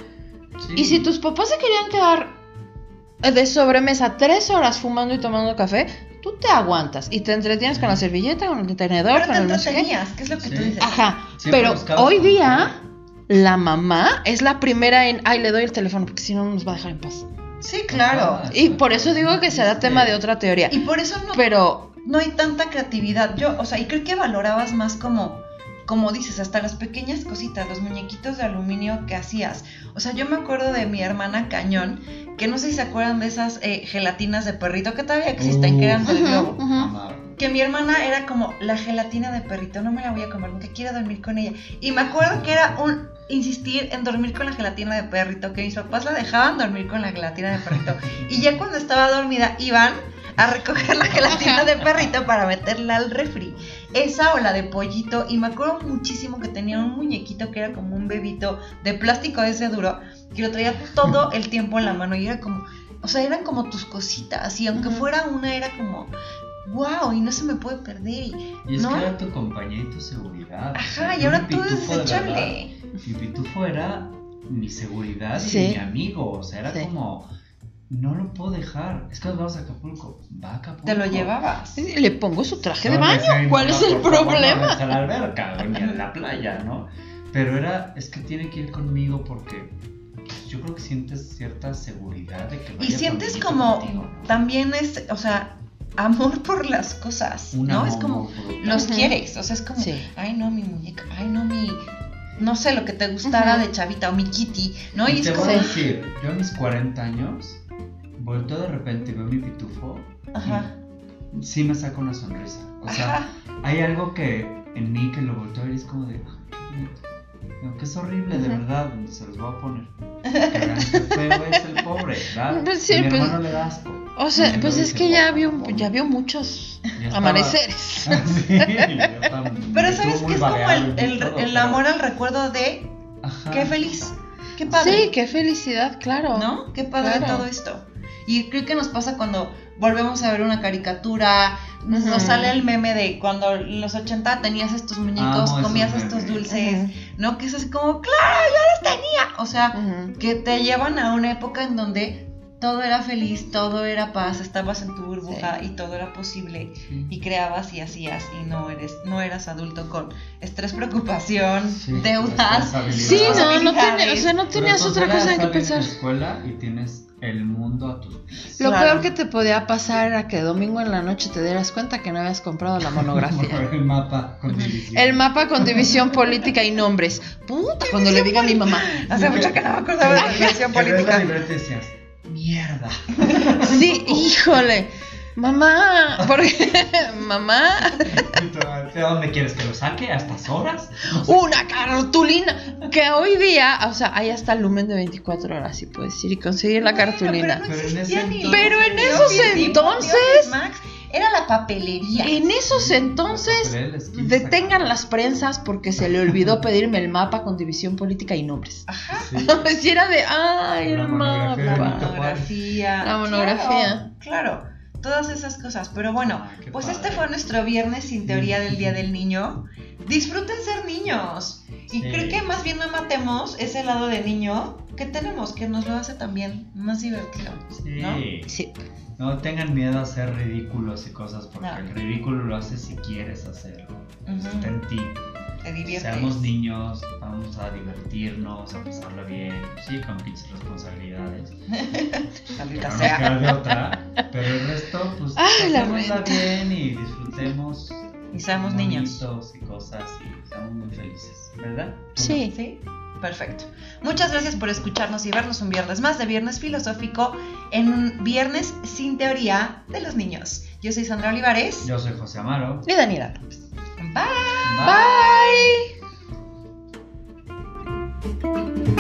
S2: sí.
S3: Y si tus papás se querían quedar de sobremesa tres horas fumando y tomando café, tú te aguantas y te entretienes con la servilleta, con el tenedor,
S1: Pero
S3: con
S1: te
S3: el no sé qué.
S1: entretenías, ¿qué es lo que tú
S2: Sí.
S1: dices?
S3: Ajá.
S2: Siempre
S3: pero
S2: buscabas
S3: hoy
S2: como
S3: día la mamá es la primera en, ay, le doy el teléfono porque si no no nos va a dejar en paz.
S1: Sí,
S2: Ajá.
S3: Y por eso digo que será tema de otra teoría.
S1: Y por eso no,
S3: Pero
S1: no hay tanta creatividad. Yo, o sea, y creo que valorabas más como, como dices, hasta las pequeñas cositas, los muñequitos de aluminio que hacías. O sea, yo me acuerdo de mi hermana Cañón, que no sé si se acuerdan de esas eh, gelatinas de perrito que todavía existen, que eran del
S3: Ujú,
S1: globo.
S3: ujú.
S2: Amar.
S1: Que mi hermana era como la gelatina de perrito, no me la voy a comer, nunca quiero dormir con ella. Y me acuerdo que era un insistir en dormir con la gelatina de perrito, que mis papás la dejaban dormir con la gelatina de
S2: *laughs*
S1: perrito. Y ya cuando estaba dormida iban a recoger la gelatina de perrito para meterla al refri. Esa o la de pollito. Y me acuerdo muchísimo que tenía un muñequito que era como un bebito de plástico ese duro, que lo traía
S2: *laughs*
S1: todo el tiempo en la mano. Y era como, o sea, eran como tus cositas. Y aunque
S3: Ujú.
S1: fuera una, era como, wow, y no se me puede perder. y-
S2: Y es
S1: ¿No?
S2: que era tu compañía y tu seguridad. o sea,
S1: Ajá, y
S2: yo
S1: ahora
S2: mi
S1: todo es
S2: pitufo de verdad,
S1: desechable.
S2: Mi pitufo era mi seguridad
S3: Sí.
S2: y mi amigo. O sea, era
S3: Sí.
S2: como, no lo puedo dejar. Es que nos vamos a Acapulco. Va a Acapulco.
S1: Te lo llevabas.
S3: le pongo su traje de
S2: No,
S3: baño.
S2: no sé,
S3: ¿Cuál
S2: no,
S3: es el
S2: por favor, no
S3: problema?
S2: vayas a la alberca, güey, ni a la playa, ¿no? Pero era, es que tiene que ir conmigo porque pues, yo creo que sientes cierta seguridad de que
S1: Y
S2: vaya
S1: sientes
S2: conmigo,
S1: como
S2: contigo, ¿no?
S1: también es, o sea, amor por las cosas,
S2: Un
S1: ¿no?
S2: amor
S1: Es como
S2: brutal.
S1: los
S3: Ujú.
S1: quieres, o sea, es como,
S3: Sí.
S1: ay no, mi muñeca, ay no, mi, no sé, lo que te gustara
S3: Ujú.
S1: de chavita o mi kitty, ¿no?
S2: Y
S1: Y es
S2: te
S1: como,
S2: voy a decir, yo a mis 40 años, vuelto de repente y veo mi pitufo,
S1: ajá,
S2: sí me saca una sonrisa. O sea,
S1: ajá,
S2: hay algo que en mí que lo volteo a ver y es como de, "Ah, qué bonito". Aunque es horrible, de
S3: Ujú.
S2: verdad, se los voy a poner. Pero qué feo es el pobre,
S1: *laughs*
S2: ¿verdad?
S3: Pues sí,
S2: a mi
S3: pues-
S2: hermano le da asco.
S3: O
S2: Y
S3: sea,
S2: lo
S3: pues es
S2: dice,
S3: que ya
S2: "Guau,
S3: vio,
S2: guau".
S3: ya vio muchos
S2: Ya estaba-
S3: amaneceres.
S2: Ah, *laughs* sí, ya
S1: *laughs*
S2: estaba-
S1: pero
S2: estuvo
S1: sabes
S2: muy
S1: que es como
S2: baleado
S1: el,
S2: y
S1: el-
S2: todo,
S1: el
S2: pero- Ah.
S1: amor al recuerdo de,
S2: Ajá.
S1: qué feliz, qué padre.
S3: Sí, qué felicidad, claro.
S1: ¿No? Qué padre
S3: Claro.
S1: todo esto. Y creo que nos pasa cuando volvemos a ver una caricatura, nos, nos
S3: Ujú.
S1: sale el meme de cuando en los 80 tenías estos muñecos,
S2: Amo esos
S1: comías
S2: memes.
S1: estos dulces,
S3: Ujú.
S1: ¿no? Que es así como, claro, yo los tenía. O sea,
S3: Ujú.
S1: que te llevan a una época en donde todo era feliz, todo era paz, estabas en tu burbuja y todo era posible y creabas y hacías y no eres no eras adulto con estrés, preocupación,
S2: Sí,
S1: deudas.
S2: responsabilidades.
S3: Sí, no, no,
S1: Responsabilidades.
S3: tiene- o sea, no
S2: Pero
S3: tenías
S2: tú
S3: otra cosa
S2: puedes
S3: en que
S2: salir de
S3: pensar.
S2: la escuela y tienes el mundo a tus pies.
S3: Lo
S1: Claro.
S3: peor que te podía pasar era que domingo en la noche te dieras cuenta que no habías comprado
S2: *laughs*
S3: la monografía.
S2: el mapa con división.
S3: El mapa con división política y nombres. Puta, cuando le diga a mi mamá.
S1: Hace mucho que no me acordaba de la relación
S2: Que ves la
S1: política.
S2: libreta y decías, mierda. *laughs*
S3: Sí, híjole. Mamá, porque *laughs* mamá,
S2: Y tú, ¿De dónde quieres que lo saque? ¿A estas horas?
S3: una cartulina que hoy día, o sea, hay hasta lumen de 24 horas, si puedes ir y conseguir la cartulina.
S1: Pero, no
S2: Pero en
S1: existía
S2: ese
S1: ni-
S2: entonces- Pero
S3: en
S1: ni
S3: esos
S1: Dios, ni
S3: entonces-
S1: Dios, ni Max, era la papelería.
S3: En e- esos entonces
S2: Leer la esquina,
S3: Detengan las prensas porque se le olvidó pedirme el mapa con división política y nombres. *laughs*
S1: Ajá.
S2: Sí.
S3: Si era de, ay,
S2: La
S3: el
S2: monografía de
S3: mapa.
S2: Benito Juárez.
S1: monografía.
S3: La monografía.
S1: Claro, claro, todas esas cosas. Pero bueno,
S2: Ay, Ah, qué
S1: pues
S2: padre.
S1: este fue nuestro viernes sin teoría del Día del Niño. Disfruten ser niños. Y
S2: Sí.
S1: creo que más bien no matemos ese lado de niño que tenemos, que nos lo hace también más divertido. ¿no?
S2: Sí.
S3: Sí,
S2: No tengan miedo a ser ridículos y cosas, porque
S1: No.
S2: el ridículo lo haces si quieres hacerlo. Pues
S1: Ujú,
S2: Está en ti.
S1: Te diviertes.
S2: Este, Seamos niños, vamos a divertirnos, a pasarlo bien, sí, con pinches responsabilidades.
S1: Maldita
S2: No nos
S1: sea.
S2: queda de otra,
S1: *laughs*
S2: pero el resto, pues,
S3: Ay, la
S2: pasémosla
S3: renta.
S2: bien y disfrutemos.
S1: Y seamos niños.
S2: bonitos y cosas y seamos muy felices, ¿verdad?
S3: sí.
S1: Sí, perfecto. Muchas gracias por escucharnos y vernos un viernes más de Viernes Filosófico en un Viernes sin teoría de los niños. Yo soy Sandra Olivares.
S2: Yo soy José Amaro.
S3: Y Daniela.
S1: Bye.
S3: Bye.